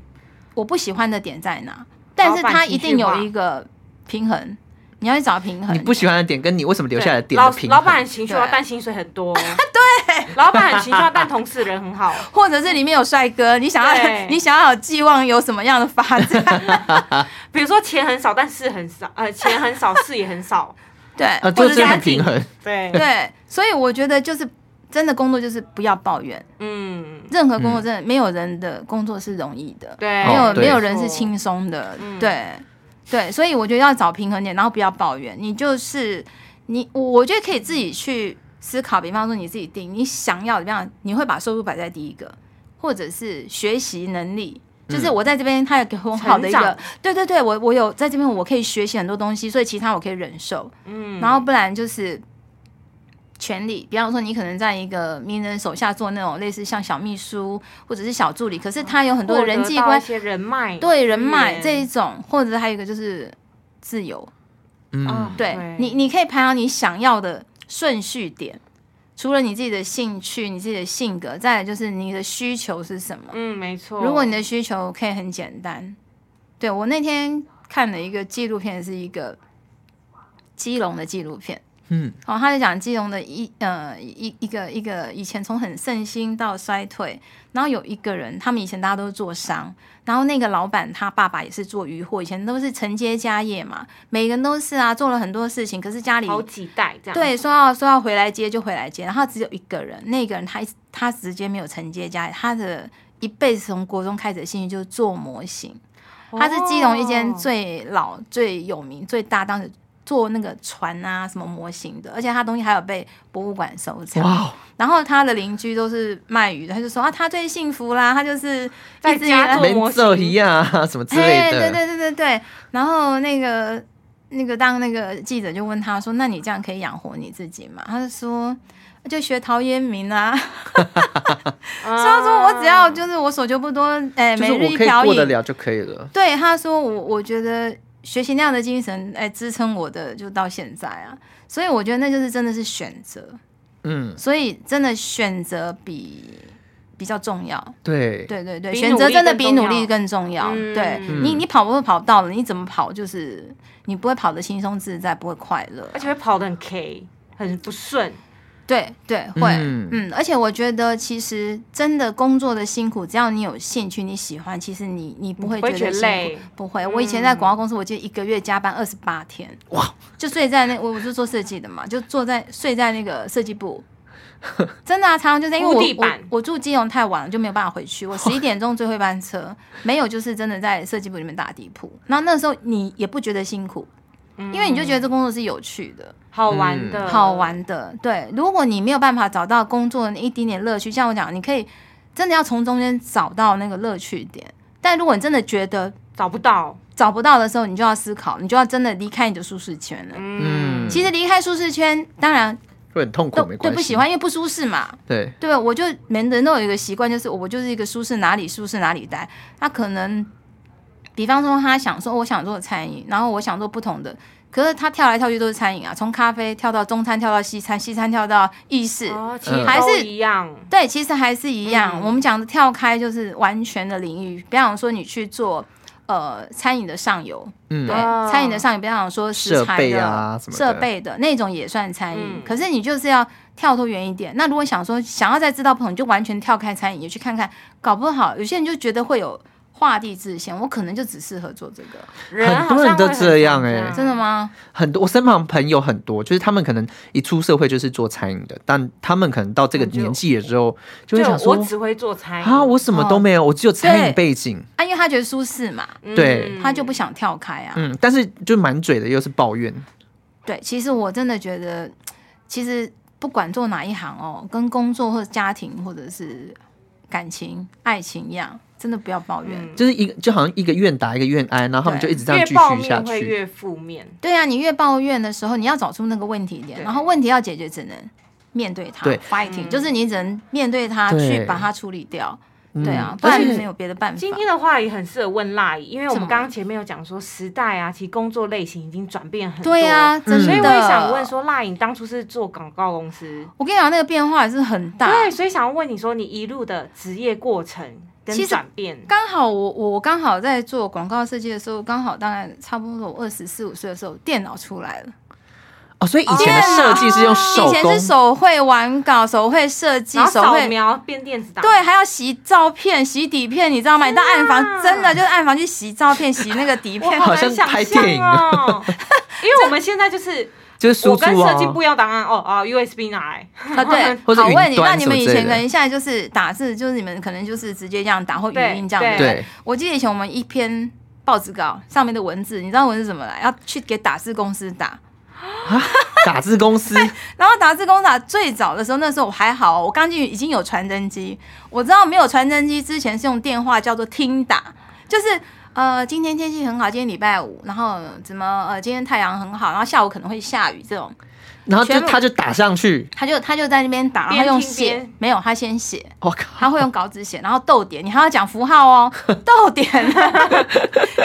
[SPEAKER 5] 我不喜欢的点在哪？但是
[SPEAKER 4] 老板
[SPEAKER 5] 他
[SPEAKER 4] 情
[SPEAKER 5] 一
[SPEAKER 4] 绪
[SPEAKER 5] 定有
[SPEAKER 4] 化
[SPEAKER 5] 一个平衡，你要去找平衡。
[SPEAKER 3] 你不喜欢的点跟你为什么留下来的
[SPEAKER 4] 对
[SPEAKER 3] 点
[SPEAKER 4] 老
[SPEAKER 3] 的平衡
[SPEAKER 4] 老板很情绪化，
[SPEAKER 5] 对
[SPEAKER 4] 但薪水很 多。对，老板很情绪化，但同事人很好。
[SPEAKER 5] 或者是里面有帅哥，你想要
[SPEAKER 4] 对哦
[SPEAKER 5] 你想要有寄望有什么样的发 展？
[SPEAKER 4] 比如说钱很少，但事很少，呃，钱很少，事也很少。
[SPEAKER 5] 对，
[SPEAKER 3] 啊，
[SPEAKER 5] 或
[SPEAKER 3] 就
[SPEAKER 5] 者
[SPEAKER 3] 真的
[SPEAKER 5] 家
[SPEAKER 3] 很
[SPEAKER 5] 庭
[SPEAKER 3] 平衡。
[SPEAKER 4] 对，
[SPEAKER 5] 对，所以我觉得就是真的工作就是不要抱怨，
[SPEAKER 4] 嗯，
[SPEAKER 5] 任何工作真的、没有人的工作是容易的，
[SPEAKER 4] 对，
[SPEAKER 5] 哎没有、
[SPEAKER 3] 哦对
[SPEAKER 5] 没有人是轻松的，
[SPEAKER 4] 嗯
[SPEAKER 5] 对对，所以我觉得要找平衡点，然后不要抱怨，你就是你我我觉得可以自己去思考，比方说你自己定你想要怎么样，你会把收入摆在第一个，或者是学习能力。就是
[SPEAKER 3] 嗯
[SPEAKER 5] 我在这边，他有给我好的一
[SPEAKER 4] 成
[SPEAKER 5] 个
[SPEAKER 4] 长，
[SPEAKER 5] 对对对，我我有在这边，我可以学习很多东西，所以其他我可以忍受。
[SPEAKER 4] 嗯，
[SPEAKER 5] 然后不然就是权力，比方说你可能在一个名人手下做那种类似像小秘书或者是小助理，可是他有很多的人际
[SPEAKER 4] 获得到
[SPEAKER 5] 关
[SPEAKER 4] 一些人脉，
[SPEAKER 5] 对人脉
[SPEAKER 4] 资源
[SPEAKER 5] 这一种，或者还有一个就是自由，
[SPEAKER 3] 嗯
[SPEAKER 4] 哦，
[SPEAKER 5] 对
[SPEAKER 4] 对
[SPEAKER 5] 你你可以排好你想要的顺序点。除了你自己的兴趣、你自己的性格，再来就是你的需求是什么。
[SPEAKER 4] 嗯，没错。
[SPEAKER 5] 如果你的需求可以很简单，对我那天看了一个纪录片，是一个基隆的纪录片，
[SPEAKER 3] 嗯，
[SPEAKER 5] 哦，他就讲基隆的一呃一一个一个以前从很盛兴到衰退，然后有一个人，他们以前大家都是做商，然后那个老板他爸爸也是做渔货，以前都是承接家业嘛，每个人都是啊，做了很多事情，可是家里
[SPEAKER 4] 好几代这样，
[SPEAKER 5] 对说要说要回来接就回来接，然后只有一个人，那个人他一直他直接没有承接家业，他的一辈子从国中开始的兴趣就是做模型，
[SPEAKER 4] 哦，
[SPEAKER 5] 他是基隆一间最老、最有名、最大当时做那个船啊什么模型的，而且他东西还有被博物馆收藏。
[SPEAKER 3] 哇，
[SPEAKER 5] 然后他的邻居都是卖鱼的，他就说啊，他最幸福啦，他就是
[SPEAKER 4] 在
[SPEAKER 5] 一直以
[SPEAKER 4] 家
[SPEAKER 5] 来
[SPEAKER 4] 做
[SPEAKER 3] 没
[SPEAKER 4] 模
[SPEAKER 3] 做
[SPEAKER 4] 型
[SPEAKER 3] 一样啊，什么之
[SPEAKER 5] 哎，
[SPEAKER 3] 类
[SPEAKER 5] 对
[SPEAKER 3] 的。
[SPEAKER 5] 对对对对。然后那个那个当那个记者就问他说：“那你这样可以养活你自己吗？”他就说。就学陶渊明 啊，
[SPEAKER 4] 啊，
[SPEAKER 5] 所以他说我只要就是我所求不多，哎、
[SPEAKER 3] 就
[SPEAKER 5] 每
[SPEAKER 3] 是
[SPEAKER 5] 日
[SPEAKER 3] 我
[SPEAKER 5] 一
[SPEAKER 3] 可以
[SPEAKER 5] 瓢
[SPEAKER 3] 过
[SPEAKER 5] 饮
[SPEAKER 3] 得，了就可以了。
[SPEAKER 5] 对，他说我我觉得学习那样的精神，哎，支撑我的就到现在啊。所以我觉得那就是真的是选择，
[SPEAKER 3] 嗯，
[SPEAKER 5] 所以真的选择比比较重要。
[SPEAKER 3] 对，
[SPEAKER 5] 对对对，
[SPEAKER 4] 比
[SPEAKER 5] 选
[SPEAKER 4] 努
[SPEAKER 5] 择
[SPEAKER 4] 力
[SPEAKER 5] 真的
[SPEAKER 4] 更
[SPEAKER 5] 比
[SPEAKER 4] 重
[SPEAKER 5] 努
[SPEAKER 4] 要
[SPEAKER 5] 力更重要。
[SPEAKER 4] 嗯
[SPEAKER 5] 对
[SPEAKER 4] 嗯
[SPEAKER 5] 你，你跑步跑到了，你怎么跑就是你不会跑得轻松自在，不会快乐啊、
[SPEAKER 4] 而且会跑得很 K，很不顺，
[SPEAKER 5] 对对会，
[SPEAKER 3] 嗯
[SPEAKER 5] 嗯而且我觉得其实真的工作的辛苦，只要你有兴趣，你喜欢，其实你你不会
[SPEAKER 4] 不会
[SPEAKER 5] 觉得
[SPEAKER 4] 觉得
[SPEAKER 5] 辛苦
[SPEAKER 4] 累
[SPEAKER 5] 不会。我以前在广告公司，我记得一个月加班二十八天，哇！就睡在那，我我是做设计的嘛，就坐在睡在那个设计部。 真的啊，常常就在因为
[SPEAKER 4] 铺
[SPEAKER 5] 我
[SPEAKER 4] 地板
[SPEAKER 5] 我我住基隆太晚了，就没有办法回 去。我十一点钟最后一班车，没有就是真的在设计部里面打地铺。然后那时候你也不觉得辛苦，
[SPEAKER 4] 嗯
[SPEAKER 5] 因为你就觉得这工作是有趣的。
[SPEAKER 4] 好玩
[SPEAKER 3] 嗯
[SPEAKER 4] 的，
[SPEAKER 5] 好，玩的。对，如果你没有办法找到工作的那一点点乐趣，像我讲，你可以真的要从中间找到那个乐趣点。但如果你真的觉得
[SPEAKER 4] 找不到，
[SPEAKER 5] 找不到的时候，你就要思考，你就要真的离开你的舒适圈了。
[SPEAKER 3] 嗯，
[SPEAKER 5] 其实离开舒适圈，当然
[SPEAKER 3] 会很痛苦，
[SPEAKER 5] 都
[SPEAKER 3] 没
[SPEAKER 5] 对
[SPEAKER 3] 关系。
[SPEAKER 5] 不喜欢，因为不舒适嘛。
[SPEAKER 3] 对，
[SPEAKER 5] 对，我就每个人都有一个习惯，就是我就是一个舒适哪里舒适哪里待。他可能，比方说他想说我想做餐饮，然后我想做不同的，可是他跳来跳去都是餐饮啊，从咖啡跳到中餐，跳到西餐，西餐跳到意式。
[SPEAKER 4] 哦，其实
[SPEAKER 3] 嗯
[SPEAKER 5] 还
[SPEAKER 4] 都
[SPEAKER 5] 是
[SPEAKER 4] 一样，
[SPEAKER 5] 对，其实还是一样。
[SPEAKER 4] 嗯
[SPEAKER 5] 我们讲的跳开就是完全的领域，比方说你去做呃餐饮的上游，
[SPEAKER 3] 嗯
[SPEAKER 5] 对，
[SPEAKER 4] 哦
[SPEAKER 5] 餐饮的上游，比方说食材
[SPEAKER 3] 设备
[SPEAKER 5] 的、
[SPEAKER 3] 啊什么的
[SPEAKER 5] 设备的那种也算餐饮。
[SPEAKER 4] 嗯
[SPEAKER 5] 可是你就是要跳脱远一点。那如果想说想要再知道不同，你就完全跳开餐饮，也去看看，搞不好有些人就觉得会有画地自限，我可能就只适合做这个，
[SPEAKER 3] 嗯
[SPEAKER 4] 人好像
[SPEAKER 3] 很多人都
[SPEAKER 4] 会很
[SPEAKER 3] 这样
[SPEAKER 4] 常
[SPEAKER 3] 欸
[SPEAKER 5] 真的吗？
[SPEAKER 3] 很多我身旁朋友很多，就是他们可能一出社会就是做餐饮的，但他们可能到这个
[SPEAKER 5] 嗯就
[SPEAKER 3] 年纪了之后，就会
[SPEAKER 4] 就
[SPEAKER 3] 想
[SPEAKER 4] 我
[SPEAKER 3] 说
[SPEAKER 4] 只会做餐饮
[SPEAKER 3] 啊，我什么都没有，我只有餐饮
[SPEAKER 5] 哦对
[SPEAKER 3] 背景。
[SPEAKER 5] 啊，因为他觉得舒适嘛，
[SPEAKER 3] 对
[SPEAKER 4] 嗯
[SPEAKER 5] 他就不想跳开啊。
[SPEAKER 3] 嗯，但是就满嘴的又是抱怨，
[SPEAKER 5] 对，其实我真的觉得，其实不管做哪一行哦，跟工作或者家庭或者是感情、爱情一样，真的不要抱怨。
[SPEAKER 4] 嗯
[SPEAKER 3] 就是一个就好像一个愿打一个愿挨，然后他们就
[SPEAKER 5] 对
[SPEAKER 3] 一直这样
[SPEAKER 4] 越
[SPEAKER 3] 继
[SPEAKER 4] 抱
[SPEAKER 3] 续下
[SPEAKER 4] 怨会
[SPEAKER 3] 去。
[SPEAKER 4] 越负面，
[SPEAKER 5] 对啊，你越抱怨的时候，你要找出那个问题点，
[SPEAKER 4] 对
[SPEAKER 5] 然后问题要解决，只能面对它
[SPEAKER 3] 对
[SPEAKER 5] ，fighting，、
[SPEAKER 4] 嗯
[SPEAKER 5] 就是你只能面对它
[SPEAKER 3] 对
[SPEAKER 5] 去把它处理掉。
[SPEAKER 3] 嗯
[SPEAKER 5] 对啊，不
[SPEAKER 3] 而
[SPEAKER 5] 然
[SPEAKER 3] 且
[SPEAKER 5] 没有别的办法。
[SPEAKER 4] 今天的话也很适合问辣姨，因为我们
[SPEAKER 5] 怎么
[SPEAKER 4] 刚刚前面有讲说时代啊，其实工作类型已经转变很多。
[SPEAKER 5] 对啊，真的。
[SPEAKER 4] 所以我也想问，说，辣姨你当初是做广告公司，
[SPEAKER 5] 我跟你讲，那个变化也是很大。
[SPEAKER 4] 对，所以想问你说你一路的职业过程跟
[SPEAKER 5] 其实
[SPEAKER 4] 转变，
[SPEAKER 5] 刚好我我刚好在做广告设计的时候，刚好大概差不多我二十四五岁的时候，电脑出来了。
[SPEAKER 3] 哦，所以以前的设计是用手
[SPEAKER 5] 哦啊以前
[SPEAKER 3] 工
[SPEAKER 5] 是，手绘完稿、手绘设计
[SPEAKER 4] 然、后
[SPEAKER 5] 手
[SPEAKER 4] 扫
[SPEAKER 5] 绘
[SPEAKER 4] 描变电子档，
[SPEAKER 5] 对，还要洗照片、洗底片，你知道吗？你到暗房真的就是暗房去洗照片、洗那个底
[SPEAKER 4] 我
[SPEAKER 5] 片。
[SPEAKER 4] 好
[SPEAKER 3] 好
[SPEAKER 4] 难
[SPEAKER 3] 像
[SPEAKER 4] 想
[SPEAKER 3] 拍
[SPEAKER 4] 象
[SPEAKER 3] 电影
[SPEAKER 4] 哦，因为我们现在就是
[SPEAKER 3] 就是输
[SPEAKER 4] 我跟
[SPEAKER 3] 出
[SPEAKER 4] 设计
[SPEAKER 3] 啊，
[SPEAKER 4] 部要档案哦啊 USB 拿来，
[SPEAKER 5] 啊，对，
[SPEAKER 3] 或是
[SPEAKER 5] 好
[SPEAKER 3] 云
[SPEAKER 5] 问你，
[SPEAKER 3] 端
[SPEAKER 5] 那你
[SPEAKER 3] 什么
[SPEAKER 5] 们以
[SPEAKER 3] 之类
[SPEAKER 5] 前可
[SPEAKER 3] 的
[SPEAKER 5] 能现在就是打字，就是你们可能就是直接这样打或语
[SPEAKER 4] 对
[SPEAKER 5] 音这样。
[SPEAKER 4] 对
[SPEAKER 3] 对，
[SPEAKER 5] 我记得以前我们一篇报纸稿上面的文字，你知道文字怎么来？要去给打字公司打。
[SPEAKER 3] 打字公 司
[SPEAKER 5] 然后打字公司打最早的时候，那时候我还好，我刚进去已经有传真机。我知道没有传真机之前是用电话叫做听打，就是呃今天天气很好，今天礼拜五，然后怎么呃今天太阳很好，然后下午可能会下雨这种，
[SPEAKER 3] 然后就
[SPEAKER 5] 全部
[SPEAKER 3] 他就打上去，
[SPEAKER 5] 他就他就在那边打，然后
[SPEAKER 4] 边
[SPEAKER 5] 他用
[SPEAKER 4] 听
[SPEAKER 5] 写
[SPEAKER 4] 边，
[SPEAKER 5] 没有他先写，
[SPEAKER 3] 我靠，
[SPEAKER 5] 他会用稿纸写，然后逗点，你还要讲符号哦，逗点，啊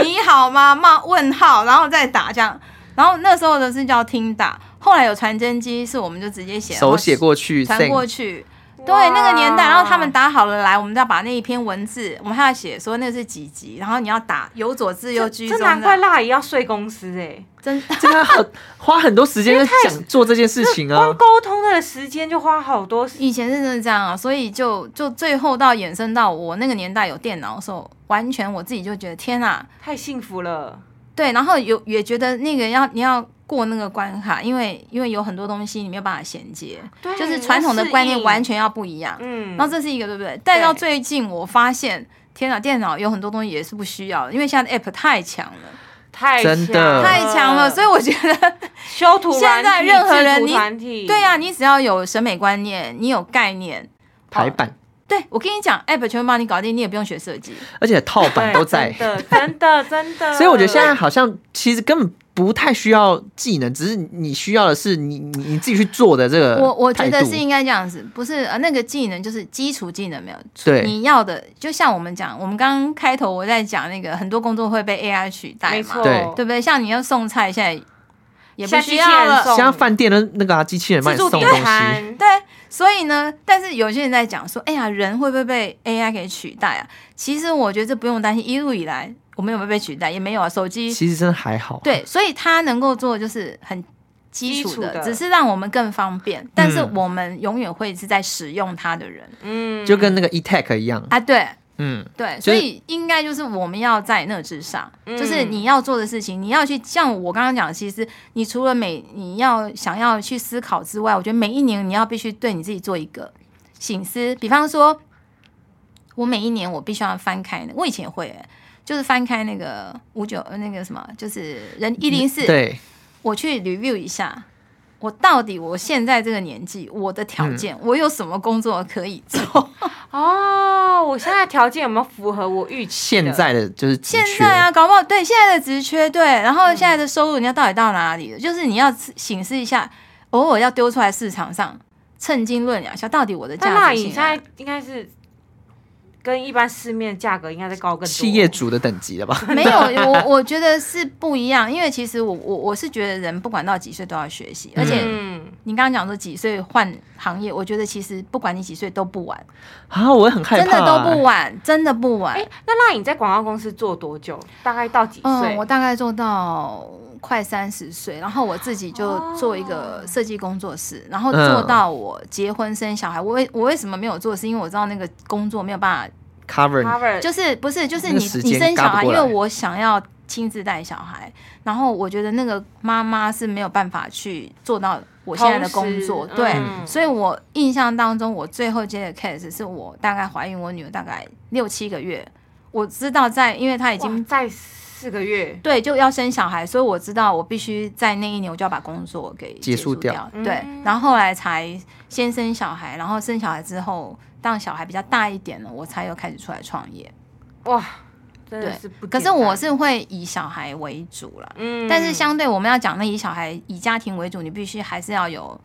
[SPEAKER 5] 你好吗？冒问号，然后再打这样。然后那时候的是叫听打，后来有传真机，是我们就直接写，哦
[SPEAKER 3] 手写过去，
[SPEAKER 5] 传过
[SPEAKER 3] send
[SPEAKER 5] 去。对，
[SPEAKER 4] 哇
[SPEAKER 5] 那个年代，然后他们打好了来，我们再把那一篇文字，我们还要写说那是几集，然后你要打由左至右居
[SPEAKER 4] 这
[SPEAKER 5] 中
[SPEAKER 4] 难怪
[SPEAKER 5] 的，
[SPEAKER 4] 辣姨要睡公司哎、
[SPEAKER 5] 真
[SPEAKER 3] 这个很花很多时间在讲做这件事情啊
[SPEAKER 4] 光。沟通的时间就花好多时。
[SPEAKER 5] 以前是真的这样啊，所以就就最后到衍生到我那个年代有电脑的时候，完全我自己就觉得天啊，
[SPEAKER 4] 太幸福了，
[SPEAKER 5] 对，然后有也觉得那个要你要过那个关卡，因为因为有很多东西你没有办法衔接，
[SPEAKER 4] 对
[SPEAKER 5] 就是传统的观念完，全要不一样
[SPEAKER 4] 要适。应嗯，
[SPEAKER 5] 然后这是一个对不对？但到最近我发现，天哪，电脑有很多东西也是不需要的，因为现在的 app 太强了，
[SPEAKER 4] 太
[SPEAKER 3] 真
[SPEAKER 4] 嗯
[SPEAKER 3] 的
[SPEAKER 5] 太强了，所以我觉得，
[SPEAKER 4] 修图软
[SPEAKER 5] 现在
[SPEAKER 4] 体
[SPEAKER 5] 任何人
[SPEAKER 4] 制图
[SPEAKER 5] 你
[SPEAKER 4] 团体，
[SPEAKER 5] 对呀、啊你只要有审美观念，你有概念，哦
[SPEAKER 3] 排版，
[SPEAKER 5] 对我跟你讲，app 全部帮你搞定，你也不用学设计。
[SPEAKER 3] 而且套版
[SPEAKER 4] 对，
[SPEAKER 3] 都在，
[SPEAKER 4] 真的真的真的。
[SPEAKER 3] 所以我觉得现在好像其实根本不太需要技能，只是你需要的是你你你自己去做的这
[SPEAKER 4] 呃
[SPEAKER 3] 个态度。
[SPEAKER 5] 我我觉得是应该这样子，不是呃那个技能就是基础技能没有，
[SPEAKER 3] 对
[SPEAKER 5] 你要的就像我们讲，我们刚刚开头我在讲那个很多工作会被 AI 取代
[SPEAKER 4] 没
[SPEAKER 5] 嘛
[SPEAKER 4] 错，，
[SPEAKER 3] 对
[SPEAKER 5] 对不对？像你要送菜，现在也不
[SPEAKER 4] 现在
[SPEAKER 5] 需
[SPEAKER 4] 机器
[SPEAKER 5] 要
[SPEAKER 4] 人
[SPEAKER 5] 了
[SPEAKER 4] 送，
[SPEAKER 3] 现在饭店的那个、啊、机器人帮
[SPEAKER 4] 自
[SPEAKER 3] 你
[SPEAKER 4] 助
[SPEAKER 3] 送
[SPEAKER 4] 点
[SPEAKER 3] 东西，
[SPEAKER 4] 餐，
[SPEAKER 5] 对，所以呢，但是有些人在讲说，哎呀，人会不会被 AI 给取代啊？其实我觉得这不用担心，一路以来我们有没有被取代也没有啊，手机
[SPEAKER 3] 其实真的还好。，啊
[SPEAKER 5] 对，所以它能够做的就是很基础
[SPEAKER 4] 基
[SPEAKER 5] 的，
[SPEAKER 4] 础的
[SPEAKER 5] 只是让我们更方便，但是
[SPEAKER 3] 嗯
[SPEAKER 5] 我们永远会是在使用它的人、
[SPEAKER 4] 嗯，
[SPEAKER 3] 就跟那个 E eTech 一样，
[SPEAKER 5] 啊，对。
[SPEAKER 3] 嗯，
[SPEAKER 5] 对，
[SPEAKER 3] 就
[SPEAKER 5] 所
[SPEAKER 3] 是
[SPEAKER 5] 以应该就是我们要在那之上，
[SPEAKER 4] 嗯
[SPEAKER 5] 就是你要做的事情，你要去像我刚刚讲的，其实你除了每你要想要去思考之外，我觉得每一年你要必须对你自己做一个醒思。比方说，我每一年我必须要翻开那，我以前也会、欸就是翻开那个五九呃那个什么，就是人一零四，
[SPEAKER 3] 嗯对，
[SPEAKER 5] 我去 review 一下，我到底我现在这个年纪，我的条件，
[SPEAKER 3] 嗯
[SPEAKER 5] 我有什么工作可以做。
[SPEAKER 4] 哦，我现在条件有没有符合我预期？
[SPEAKER 3] 现在的就是职
[SPEAKER 5] 现
[SPEAKER 3] 缺
[SPEAKER 5] 在啊，搞不好对现在的职缺对，然后现在的收入，你要到底到哪里了？就是你要醒思一下，偶尔要丢出来市场上，趁斤论两下，到底我的
[SPEAKER 4] 但那
[SPEAKER 5] 价值
[SPEAKER 4] 你
[SPEAKER 5] 性啊
[SPEAKER 4] 现
[SPEAKER 5] 在
[SPEAKER 4] 在应该是跟一般市面价格应该再高更多。
[SPEAKER 3] 企业主的等级了吧？
[SPEAKER 5] 哪 没有，我我觉得是不一样，因为其实我我我是觉得人不管到几岁都要学习，而且呃
[SPEAKER 4] 嗯，
[SPEAKER 5] 你刚刚讲说几岁换行业，我觉得其实不管你几岁都不晚，
[SPEAKER 3] 啊，我也很害
[SPEAKER 5] 真
[SPEAKER 3] 怕、哎
[SPEAKER 5] 的都不晚，真的不晚。
[SPEAKER 4] 哎、那那你在广告公司做多久？大概到几岁？
[SPEAKER 5] 嗯，我大概做到快三十岁，然后我自己就
[SPEAKER 4] 哦
[SPEAKER 5] 做一个设计工作室，然后
[SPEAKER 3] 嗯
[SPEAKER 5] 做到我结婚生小孩。我为我为什么没有做，是因为我知道那个工作没有办法，
[SPEAKER 3] cover 你
[SPEAKER 4] cover
[SPEAKER 5] 就是不是就是
[SPEAKER 3] 那个
[SPEAKER 5] 你
[SPEAKER 3] 时间
[SPEAKER 5] 你生小
[SPEAKER 3] 嘎不
[SPEAKER 5] 孩，因
[SPEAKER 3] 过
[SPEAKER 5] 为
[SPEAKER 3] 来
[SPEAKER 5] 我想要亲自带小孩，然后我觉得那个妈妈是没有办法去做到我现在的工作，
[SPEAKER 4] 同时
[SPEAKER 5] 对。
[SPEAKER 4] 嗯
[SPEAKER 5] 所以我印象当中，我最后接的 case 是我大概怀孕，我女儿大概六七个月，我知道在，因为她已
[SPEAKER 4] 已
[SPEAKER 5] 经
[SPEAKER 4] 经在四个月，
[SPEAKER 5] 对，就要生小孩，所以我知道我必须在那一年我就要把工作给
[SPEAKER 3] 结
[SPEAKER 5] 束
[SPEAKER 3] 束掉
[SPEAKER 5] 对，
[SPEAKER 4] 嗯
[SPEAKER 5] 然后后来才先生小孩，然后生小孩之后，当小孩比较大一点了，我才有开始出来创业。
[SPEAKER 4] 哇，真
[SPEAKER 5] 对
[SPEAKER 4] 的是不，
[SPEAKER 5] 可
[SPEAKER 4] 简单。
[SPEAKER 5] 是我是会以小孩为主啦，
[SPEAKER 4] 嗯
[SPEAKER 5] 但是相对我们要讲的以小孩、以家庭为主，你必须还是要有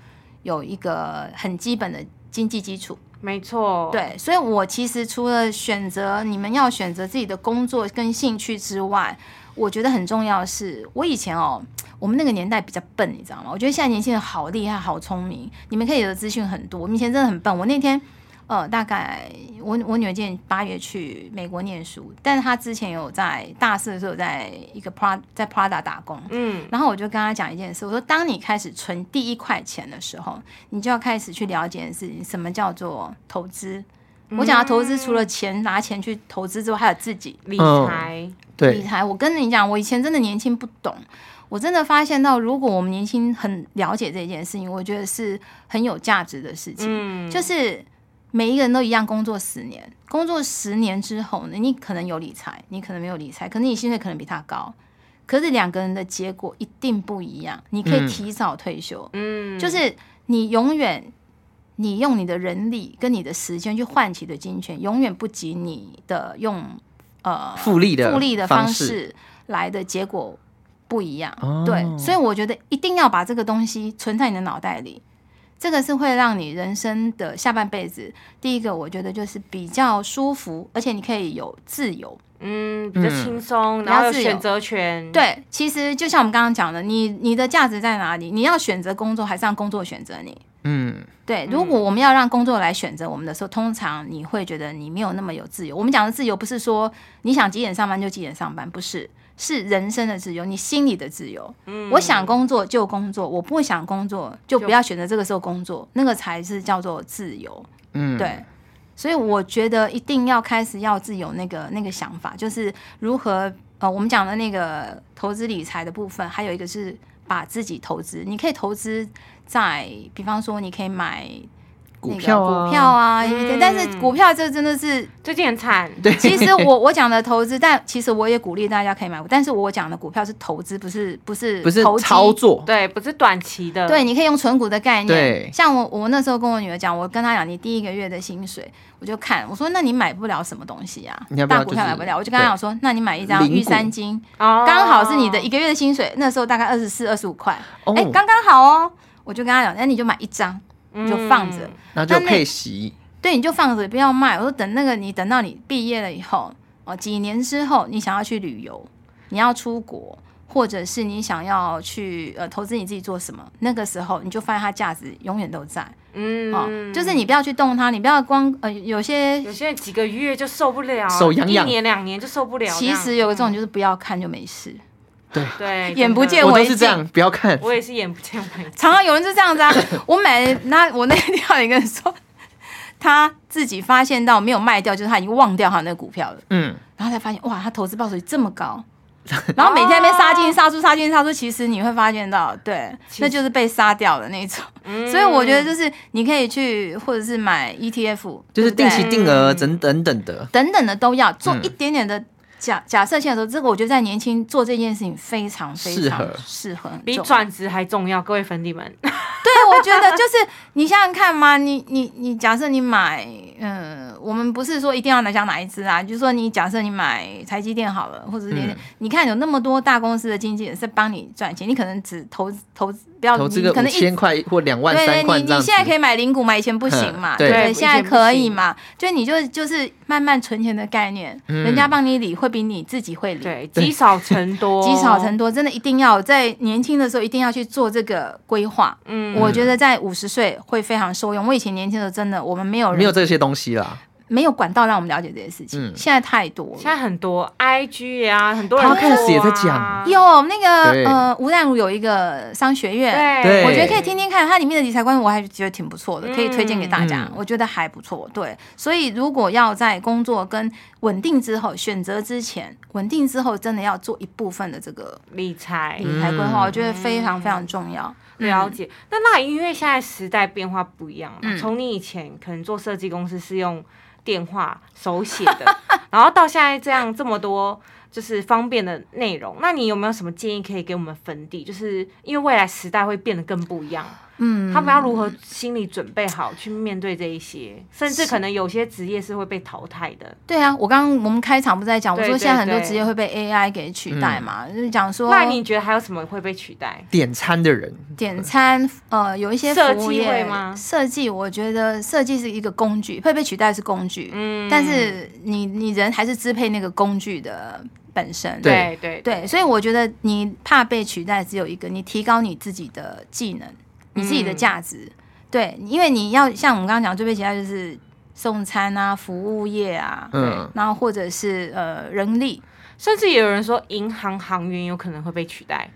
[SPEAKER 5] 有一个很基本的经济基础。
[SPEAKER 4] 没错，，
[SPEAKER 5] 对，所以我其实除了选择你们要选择自己的工作跟兴趣之外，我觉得很重要的是，我以前哦，我们那个年代比较笨，你知道吗？我觉得现在年轻人好厉害，好聪明，你们可以的资讯很多。我们以前真的很笨。我那天，呃，大概我我女儿今年八月去美国念书，但是她之前有在大四的时候有在一个 Prada 在 Prada 打工，
[SPEAKER 4] 嗯，
[SPEAKER 5] 然后我就跟他讲一件事，我说当你开始存第一块钱的时候，你就要开始去了解的是什么叫做投资。我讲的投资除了钱拿钱去投资之外，还有自己
[SPEAKER 4] 理
[SPEAKER 3] 嗯
[SPEAKER 4] 财，
[SPEAKER 5] 理
[SPEAKER 3] 对，
[SPEAKER 5] 财。我跟你讲，我以前真的年轻不懂，我真的发现到，如果我们年轻很了解这件事情，我觉得是很有价值的事情。
[SPEAKER 4] 嗯，
[SPEAKER 5] 就是每一个人都一样，工作十年，工作十年之后呢，你可能有理财，你可能没有理财，可是你薪水可能比他高，可是两个人的结果一定不一样。你可以
[SPEAKER 3] 嗯
[SPEAKER 5] 提早退休，
[SPEAKER 4] 嗯，
[SPEAKER 5] 就是你永远。你用你的人力跟你的时间去换取的金钱，永远不及你的用呃
[SPEAKER 3] 复利的
[SPEAKER 5] 复利的
[SPEAKER 3] 方
[SPEAKER 5] 方式来的结果不一样。
[SPEAKER 3] 哦
[SPEAKER 5] 对，所以我觉得一定要把这个东西存在你的脑袋里，这个是会让你人生的下半辈子，第一个我觉得就是比较舒服，而且你可以有自由。
[SPEAKER 4] 嗯，比较
[SPEAKER 3] 嗯
[SPEAKER 4] 轻松，
[SPEAKER 5] 比较
[SPEAKER 4] 然后有
[SPEAKER 5] 自由
[SPEAKER 4] 选择权，，
[SPEAKER 5] 对，其实就像我们刚刚讲的，你你的价值在哪里？你要选择工作，还是让工作选择你？
[SPEAKER 3] 嗯，
[SPEAKER 5] 对，如果我们要让工作来选择我们的时候，通常你会觉得你没有那么有自由。我们讲的自由，不是说你想几点上班就几点上班，不是，是人生的自由，你心里的自由。嗯，我想工作就工作，我不想工作就不要选择这个时候工作，那个才是叫做自由。
[SPEAKER 3] 嗯
[SPEAKER 5] 对，所以我觉得一定要开始要自由那个那个想法，就是如何呃，我们讲的那个投资理财的部分，还有一个是把自己投资，你可以投资在，比方说你可以买那
[SPEAKER 3] 股
[SPEAKER 5] 个
[SPEAKER 3] 票啊，
[SPEAKER 5] 股票啊，
[SPEAKER 4] 嗯
[SPEAKER 5] 但是股票这真的 是，
[SPEAKER 4] 最近很惨，
[SPEAKER 3] 对，
[SPEAKER 5] 其实我我讲的投资，但其实我也鼓励大家可以买，但是我讲的股票是投资，不是不是
[SPEAKER 3] 不是
[SPEAKER 5] 投机
[SPEAKER 3] 操作，
[SPEAKER 4] 对，不是短期的，
[SPEAKER 5] 对，，你可以用存股的概念。
[SPEAKER 3] 对
[SPEAKER 5] 像我我那时候跟我女儿讲，我跟她讲，你第一个月的薪水，我就看，我说那你买不了什么东西啊，
[SPEAKER 3] 你要不
[SPEAKER 5] 大
[SPEAKER 3] 要
[SPEAKER 5] 股
[SPEAKER 3] 就
[SPEAKER 5] 票
[SPEAKER 3] 是
[SPEAKER 5] 买不了，我就跟她讲说，那你买一张
[SPEAKER 3] 零股
[SPEAKER 5] 玉山金，
[SPEAKER 4] 哦，
[SPEAKER 5] 刚好是你的一个月的薪水，那时候大概二十四、二十五块，
[SPEAKER 3] 哦
[SPEAKER 5] 哎、刚刚好哦。我就跟她讲，那你就买一张，
[SPEAKER 4] 嗯
[SPEAKER 5] 就放着，
[SPEAKER 3] 然后就
[SPEAKER 5] 那那
[SPEAKER 3] 配息，
[SPEAKER 5] 对，你就放着不要卖。我说等那个你等到你毕业了以后，哦，几年之后你想要去旅游，你要出国，或者是你想要去呃投资你自己做什么，那个时候你就发现它价值永远都在哦
[SPEAKER 4] 嗯，
[SPEAKER 5] 就是你不要去动它，你不要光呃有些
[SPEAKER 4] 有些人几个月就受不了，
[SPEAKER 3] 手痒痒
[SPEAKER 4] 一年两年就受不嗯了。
[SPEAKER 5] 其实有个这种就是不要看就没事，
[SPEAKER 3] 对，
[SPEAKER 4] 这样对
[SPEAKER 5] 眼不见
[SPEAKER 4] 真的
[SPEAKER 3] 我
[SPEAKER 5] 为
[SPEAKER 3] 都
[SPEAKER 5] 净
[SPEAKER 3] 是这样，不要看，
[SPEAKER 4] 我也是眼不见 为净。
[SPEAKER 5] 常常有人是这样子啊。我买，那我那天 听到有一个人说，他自己发现到没有卖掉，就是他已经忘掉他那个股票了。
[SPEAKER 3] 嗯，
[SPEAKER 5] 然后才发现哇，他投资报酬率这么高，然后每天被杀
[SPEAKER 3] 哦
[SPEAKER 5] 进杀出杀进杀出，其实你会发现到，对，
[SPEAKER 4] 其
[SPEAKER 5] 那
[SPEAKER 4] 实
[SPEAKER 5] 就是被杀掉的那种。
[SPEAKER 3] 嗯
[SPEAKER 5] 所以我觉得就是你可以去或者是买 ETF，
[SPEAKER 3] 就是
[SPEAKER 5] 对
[SPEAKER 3] 定
[SPEAKER 5] 不对
[SPEAKER 3] 期定额等等等的，
[SPEAKER 5] 等等的都要做
[SPEAKER 3] 嗯
[SPEAKER 5] 一点点的假假设性的时候，这个我觉得在年轻做这件事情非常非
[SPEAKER 3] 适
[SPEAKER 5] 常
[SPEAKER 3] 合
[SPEAKER 5] 适合，很
[SPEAKER 4] 比
[SPEAKER 5] 重要
[SPEAKER 4] 转职还重要，各位粉底们。
[SPEAKER 5] 对，我觉得就是你想想看嘛，你你你，假设你买，嗯，我们不是说一定要来讲哪一支啊，就是说你假设你买台积电好了，或者是联电
[SPEAKER 3] 嗯
[SPEAKER 5] 你看有那么多大公司的经纪人是帮你赚钱，你可能只投资投资不要
[SPEAKER 3] 投资
[SPEAKER 5] 你
[SPEAKER 3] 个
[SPEAKER 5] 嗯可
[SPEAKER 3] 五
[SPEAKER 5] 能一
[SPEAKER 3] 千块或两万
[SPEAKER 5] 对对，
[SPEAKER 3] 三
[SPEAKER 5] 你
[SPEAKER 3] 万这样
[SPEAKER 5] 你
[SPEAKER 3] 子。
[SPEAKER 5] 现在可以买零股嘛，以前不行
[SPEAKER 3] 哼
[SPEAKER 5] 嘛，
[SPEAKER 3] 对
[SPEAKER 4] 对以
[SPEAKER 5] 现在
[SPEAKER 4] 前不行
[SPEAKER 5] 可以嘛，就你就就是慢慢存钱的概念，
[SPEAKER 3] 嗯
[SPEAKER 5] 人家帮你理会比你自己会理，
[SPEAKER 4] 对，积少成多，
[SPEAKER 5] 积少成多，真的一定要在年轻的时候一定要去做这个规划。
[SPEAKER 4] 嗯，
[SPEAKER 5] 我觉得在五十岁会非常受用。我以前年轻的时候真的我们没有人
[SPEAKER 3] 没有这些东西啦，
[SPEAKER 5] 没有管道让我们了解这些事情，
[SPEAKER 3] 嗯
[SPEAKER 5] 现在太多
[SPEAKER 4] 现在
[SPEAKER 5] 了。
[SPEAKER 4] 很多 IG 啊，很多人
[SPEAKER 3] Podcast 也在
[SPEAKER 4] 做啊
[SPEAKER 3] 讲
[SPEAKER 5] 有那个
[SPEAKER 3] 对
[SPEAKER 5] 呃，吴淡如有一个商学院，
[SPEAKER 4] 对，
[SPEAKER 3] 对
[SPEAKER 5] 我觉得可以听听看，它里面的理财观我还觉得挺不错的，可以推荐给大家，
[SPEAKER 3] 嗯
[SPEAKER 5] 我觉得还不错。对，所以如果要在工作跟稳定之后选择之前，稳定之后真的要做一部分的这个
[SPEAKER 4] 理财。
[SPEAKER 3] 嗯
[SPEAKER 5] 理财规划，我觉得非常非常重要。
[SPEAKER 4] 哎了解，那那因为现在时代变化不一样
[SPEAKER 5] 嗯
[SPEAKER 4] 嘛，从、你以前可能做设计公司是用电话手写的， 然后到现在这样这么多就是方便的内容，那你有没有什么建议可以给我们粉底？就是因为未来时代会变得更不一样，
[SPEAKER 5] 嗯，
[SPEAKER 4] 他们要如何心理准备好去面对这一些，甚至可能有些职业是会被淘汰的。
[SPEAKER 5] 对啊，我刚刚我们开场不是在讲，我
[SPEAKER 4] 对
[SPEAKER 5] 说现在很多
[SPEAKER 4] 对对
[SPEAKER 5] 职业会被 AI 给取代嘛，就是讲说
[SPEAKER 4] 那你觉得还有什么会被取代？
[SPEAKER 3] 点餐的人
[SPEAKER 5] 点餐，呃，有一些
[SPEAKER 4] 设
[SPEAKER 5] 服务
[SPEAKER 4] 计
[SPEAKER 5] 业
[SPEAKER 4] 会吗
[SPEAKER 5] 设计我觉得设计是一个工具，会被取代是工具，
[SPEAKER 4] 嗯
[SPEAKER 5] 但是你你人还是支配那个工具的本身。
[SPEAKER 4] 对对
[SPEAKER 5] 对，所以我觉得你怕被取代，只有一个，你提高你自己的技能，你自己
[SPEAKER 4] 嗯
[SPEAKER 5] 的价值。对，因为你要像我们刚刚讲，最被取代就是送餐啊、服务业啊，
[SPEAKER 3] 嗯，
[SPEAKER 5] 然后或者是呃人力。
[SPEAKER 4] 甚至也有人说银行行员有可能会被取代。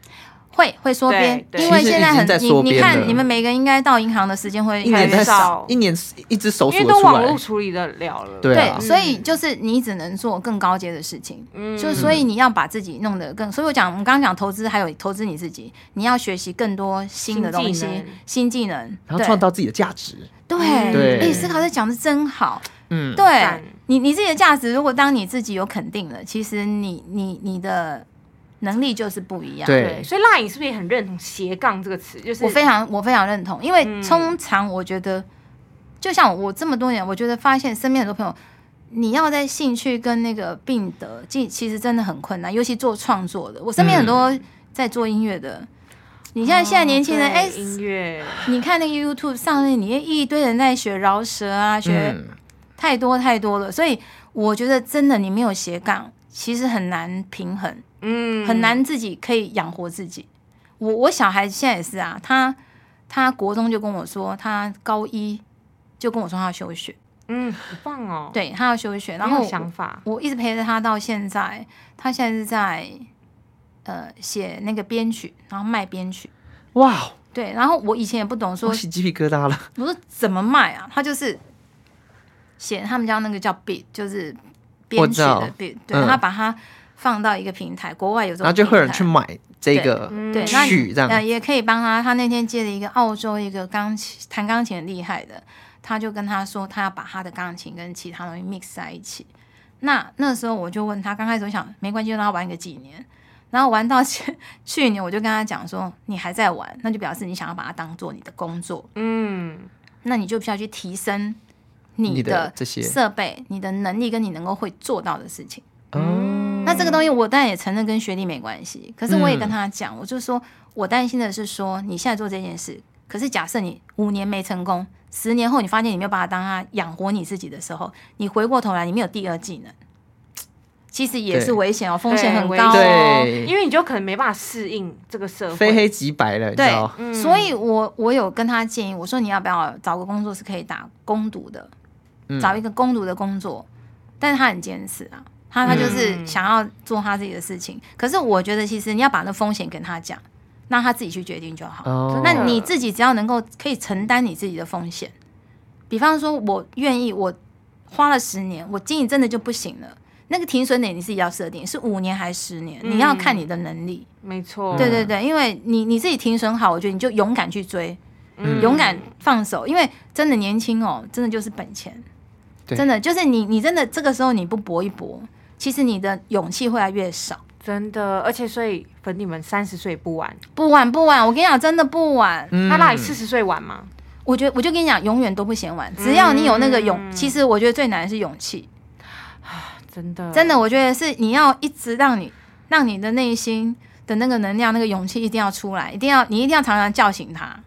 [SPEAKER 5] 会会缩编，
[SPEAKER 4] 对对
[SPEAKER 5] 因为
[SPEAKER 3] 其实
[SPEAKER 5] 现
[SPEAKER 3] 已经
[SPEAKER 5] 很
[SPEAKER 3] 在
[SPEAKER 5] 你
[SPEAKER 3] 缩
[SPEAKER 5] 你
[SPEAKER 3] 编
[SPEAKER 5] 看
[SPEAKER 3] 了
[SPEAKER 5] 你们每个人应该到银行的时间会
[SPEAKER 3] 一
[SPEAKER 5] 越来
[SPEAKER 3] 年
[SPEAKER 5] 越
[SPEAKER 3] 才
[SPEAKER 5] 少，
[SPEAKER 4] 少
[SPEAKER 3] 一年一只手
[SPEAKER 4] 因为
[SPEAKER 3] 数得
[SPEAKER 4] 都
[SPEAKER 3] 出
[SPEAKER 4] 网
[SPEAKER 3] 来
[SPEAKER 4] 络。处理的了了。
[SPEAKER 3] 对啊
[SPEAKER 5] 所以就是你只能做更高阶的事情，
[SPEAKER 4] 嗯
[SPEAKER 5] 就所以你要把自己弄得更。所以我讲，我们刚刚讲投资，还有投资你自己，你要学习更多新的东
[SPEAKER 4] 新技
[SPEAKER 5] 西
[SPEAKER 4] 能、嗯
[SPEAKER 5] 新技能，
[SPEAKER 3] 然后
[SPEAKER 5] 对
[SPEAKER 3] 创造自己的价值，
[SPEAKER 5] 对
[SPEAKER 3] 对
[SPEAKER 5] 哎，思考这讲的真好，
[SPEAKER 3] 嗯，
[SPEAKER 5] 对
[SPEAKER 4] 赞
[SPEAKER 5] 你你自己的价值，如果当你自己有肯定了，其实你你你的能力就是不一样。
[SPEAKER 4] 对，
[SPEAKER 3] 对，
[SPEAKER 4] 所以辣影是不是也很认同斜杠这个词？就是
[SPEAKER 5] 我非常我非常认同，因为
[SPEAKER 4] 嗯
[SPEAKER 5] 通常我觉得，就像我这么多年，我觉得发现身边很多朋友，你要在兴趣跟那个病得，其其实真的很困难，尤其做创作的，我身边很多在做音乐的。你现在现在年轻
[SPEAKER 4] 嗯
[SPEAKER 5] 人，
[SPEAKER 4] 哦
[SPEAKER 5] 哎、
[SPEAKER 4] 对音乐
[SPEAKER 5] 你看那个 YouTube 上面，你一堆人在学饶舌啊，学
[SPEAKER 3] 嗯，
[SPEAKER 5] 太多太多了，所以我觉得真的你没有斜杠，其实很难平衡。
[SPEAKER 4] 嗯
[SPEAKER 5] 很难自己可以养活自己。我我小孩现在也是啊，他他国中就跟我说，他高一就跟我说他要休学，
[SPEAKER 4] 嗯，好棒哦。，
[SPEAKER 5] 对他要休学，然
[SPEAKER 4] 然
[SPEAKER 5] 后
[SPEAKER 4] 后
[SPEAKER 5] 我
[SPEAKER 4] 想法
[SPEAKER 5] 我一直陪着他到现在，他现在是在呃写那个编曲，然后卖编曲。
[SPEAKER 3] 哇，
[SPEAKER 5] 对，然后我以前也不懂说
[SPEAKER 3] 我，起鸡皮疙瘩了。
[SPEAKER 5] 我说怎么卖啊？他就是写他们叫那个叫 beat，就是
[SPEAKER 3] 我
[SPEAKER 5] 编曲
[SPEAKER 3] 知道
[SPEAKER 5] 的 beat，对、
[SPEAKER 3] 嗯
[SPEAKER 5] 他把它放到一个平台，国外有这种平台，
[SPEAKER 3] 然后就会有人去买这个
[SPEAKER 5] 对，
[SPEAKER 4] 嗯
[SPEAKER 5] 那你
[SPEAKER 3] 曲，这
[SPEAKER 5] 呃，
[SPEAKER 3] 样
[SPEAKER 5] 也可以帮他。他那天接了一个澳洲一个钢琴弹钢琴很厉害的，他就跟他说，他要把他的钢琴跟其他东西 mix 在一起。那那时候我就问他，刚开始我想没关系，就让他玩个几年。然后玩到 去去年，我就跟他讲说，你还在玩，那就表示你想要把它当做你的工作，
[SPEAKER 4] 嗯，
[SPEAKER 5] 那你就必须要去提升你
[SPEAKER 3] 你
[SPEAKER 5] 的
[SPEAKER 3] 的这些
[SPEAKER 5] 设备、你的能力跟你能够会做到的事情。
[SPEAKER 3] 哦，
[SPEAKER 5] 那这个东西我当然也承认跟学历没关系，可是我也跟他讲，我就说我担心的是说你现在做这件事，可是假设你五年没成功，十年后你发现你没有办法当他养活你自己的时候，你回过头来你没有第二技能，其实也是
[SPEAKER 3] 对
[SPEAKER 5] 危险哦，风险很高
[SPEAKER 4] 对
[SPEAKER 5] 哦。
[SPEAKER 4] 危
[SPEAKER 3] 对
[SPEAKER 4] 因为你就可能没办法适应这个社会。
[SPEAKER 3] 非黑即白了，你知
[SPEAKER 5] 嗯对
[SPEAKER 3] 道？
[SPEAKER 4] 嗯
[SPEAKER 5] 所以我我有跟他建议，我说你要不要找个工作是可以打工读的，
[SPEAKER 3] 嗯
[SPEAKER 5] 找一个工读的工作，但是他很坚持啊，他他就是
[SPEAKER 4] 嗯
[SPEAKER 5] 想要做他自己的事情。可是我觉得其实你要把那风险跟他讲，让他自己去决定就好。
[SPEAKER 3] 哦
[SPEAKER 5] 那你自己只要能够可以承担你自己的风险，比方说我愿意，我花了十年，我经营真的就不行了。那个停损点你自己要设定，是五年还是十年？你要看你的能力。
[SPEAKER 4] 没错，
[SPEAKER 5] 对对对，因为你你自己停损好，我觉得你就勇敢去追，
[SPEAKER 4] 嗯
[SPEAKER 5] 勇敢放手，因为真的年轻哦，真的就是本钱，
[SPEAKER 3] 对
[SPEAKER 5] 真的就是你你真的这个时候你不搏一搏，其实你的勇气会来越少。
[SPEAKER 4] 真的，而且所以粉底们三十岁不晚，
[SPEAKER 5] 不晚不晚，我跟你讲，真的不晚。
[SPEAKER 3] 嗯
[SPEAKER 4] 那辣影四十岁晚吗？
[SPEAKER 5] 我觉得我就跟你讲，永远都不嫌晚，只要你有那个勇，其实我觉得最难的是勇气，
[SPEAKER 4] 真的，
[SPEAKER 5] 真的，我觉得是你要一直让你让你的内心的那个能量、那个勇气一定要出来，一定要你一定要常常叫醒他。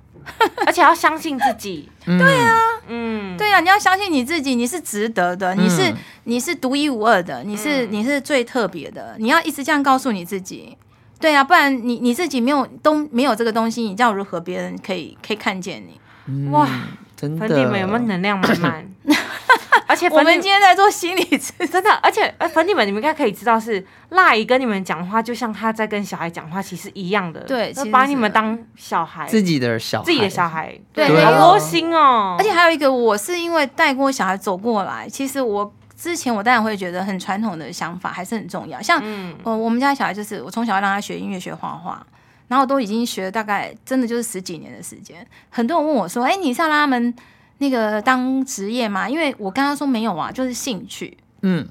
[SPEAKER 4] 而且要相信自己。
[SPEAKER 3] 对啊，
[SPEAKER 4] 嗯，
[SPEAKER 5] 对啊，你要相信你自己，你是值得的，你是、
[SPEAKER 3] 嗯
[SPEAKER 5] 你是独一无二的，你是、
[SPEAKER 4] 嗯
[SPEAKER 5] 你是最特别的，你要一直这样告诉你自己。对啊，不然你你自己没有东没有这个东西，你叫如何别人可以可以看见你？
[SPEAKER 4] 哇，
[SPEAKER 3] 嗯真的。
[SPEAKER 4] 粉底们有没有能量 满满？而且
[SPEAKER 5] 我
[SPEAKER 4] 粉
[SPEAKER 5] 们
[SPEAKER 4] 底
[SPEAKER 5] 今天在做心理咨询，
[SPEAKER 4] 真的，而且呃，粉底们你们应该可以知道是赖姨跟你们讲话，就像他在跟小孩讲话，其实一样的，
[SPEAKER 5] 对
[SPEAKER 4] 就
[SPEAKER 5] 其实
[SPEAKER 4] 把
[SPEAKER 5] 是
[SPEAKER 4] 你们当小孩，
[SPEAKER 3] 自己的小孩
[SPEAKER 4] 自己的小，孩，
[SPEAKER 5] 对
[SPEAKER 3] 对啊
[SPEAKER 4] 好窝心哦，
[SPEAKER 5] 而且还有一个，我是因为带过小孩走过来，其实我之前我当然会觉得很传统的想法还是很重要，像
[SPEAKER 4] 嗯，
[SPEAKER 5] 呃我我们家小孩就是我从小让他学音乐、学画画，然后都已经学了大概真的就是十几年的时间。很多人问我说：“哎、你是要让他们那个当职业吗？”因为我刚刚说没有啊，就是兴趣。
[SPEAKER 3] 嗯，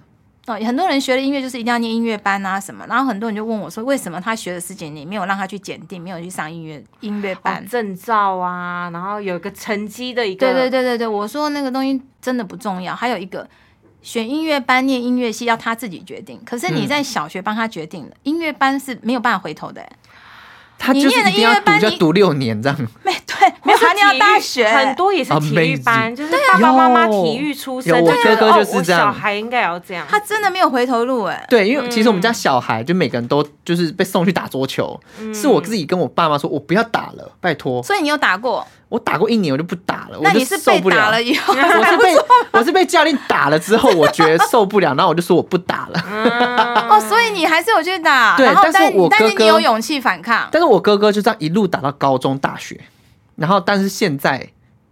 [SPEAKER 5] 哦，很多人学了音乐就是一定要念音乐班啊什么，然后很多人就问我说，为什么他学了十几年没有让他去检定，没有去上音乐音乐班
[SPEAKER 4] 办？哦证照啊，然后有一个成绩的一个，
[SPEAKER 5] 对对对对对，我说那个东西真的不重要。还有一个，选音乐班念音乐系要他自己决定，可是你
[SPEAKER 3] 嗯
[SPEAKER 5] 在小学帮他决定了，音乐班是没有办法回头的、欸。
[SPEAKER 3] 他就是一定要
[SPEAKER 5] 你念的音乐
[SPEAKER 3] 读，
[SPEAKER 5] 班
[SPEAKER 3] 就
[SPEAKER 5] 你
[SPEAKER 3] 读六年这样。
[SPEAKER 5] 没对，没有
[SPEAKER 4] 或是
[SPEAKER 5] 他念到
[SPEAKER 4] 体育
[SPEAKER 5] 大学，欸
[SPEAKER 4] 很多也是体育班，
[SPEAKER 3] Amazing
[SPEAKER 4] 就是爸爸妈妈体育出身，
[SPEAKER 3] 有
[SPEAKER 4] 就
[SPEAKER 3] 我
[SPEAKER 4] 觉得
[SPEAKER 3] 哥哥就是
[SPEAKER 4] 哦我
[SPEAKER 3] 这样
[SPEAKER 4] 小孩应该也要这样。
[SPEAKER 5] 他真的没有回头路哎、
[SPEAKER 3] 对，因为其实我们家小孩就每个人都就是被送去打桌球，是我自己跟我爸妈说，我不要打了，拜托，
[SPEAKER 5] 所以你有打过？
[SPEAKER 3] 我打过一年我就不打了，我嗯
[SPEAKER 5] 那
[SPEAKER 3] 就
[SPEAKER 5] 你是
[SPEAKER 3] 受
[SPEAKER 5] 被
[SPEAKER 3] 不
[SPEAKER 5] 打了以 后
[SPEAKER 3] 我
[SPEAKER 5] 才
[SPEAKER 3] 是
[SPEAKER 5] 不
[SPEAKER 3] 被我是被教练打了之后，我觉得受不了，然后我就说我不打了。
[SPEAKER 4] 嗯
[SPEAKER 5] 哦，所以你还是有去打，
[SPEAKER 3] 对
[SPEAKER 5] 然后
[SPEAKER 3] 但是
[SPEAKER 5] 但
[SPEAKER 3] 我
[SPEAKER 5] 但
[SPEAKER 3] 哥
[SPEAKER 5] 是
[SPEAKER 3] 哥
[SPEAKER 5] 你有勇气反抗。
[SPEAKER 3] 但是我哥哥就这样一路打到高中、大学，然后但是现在，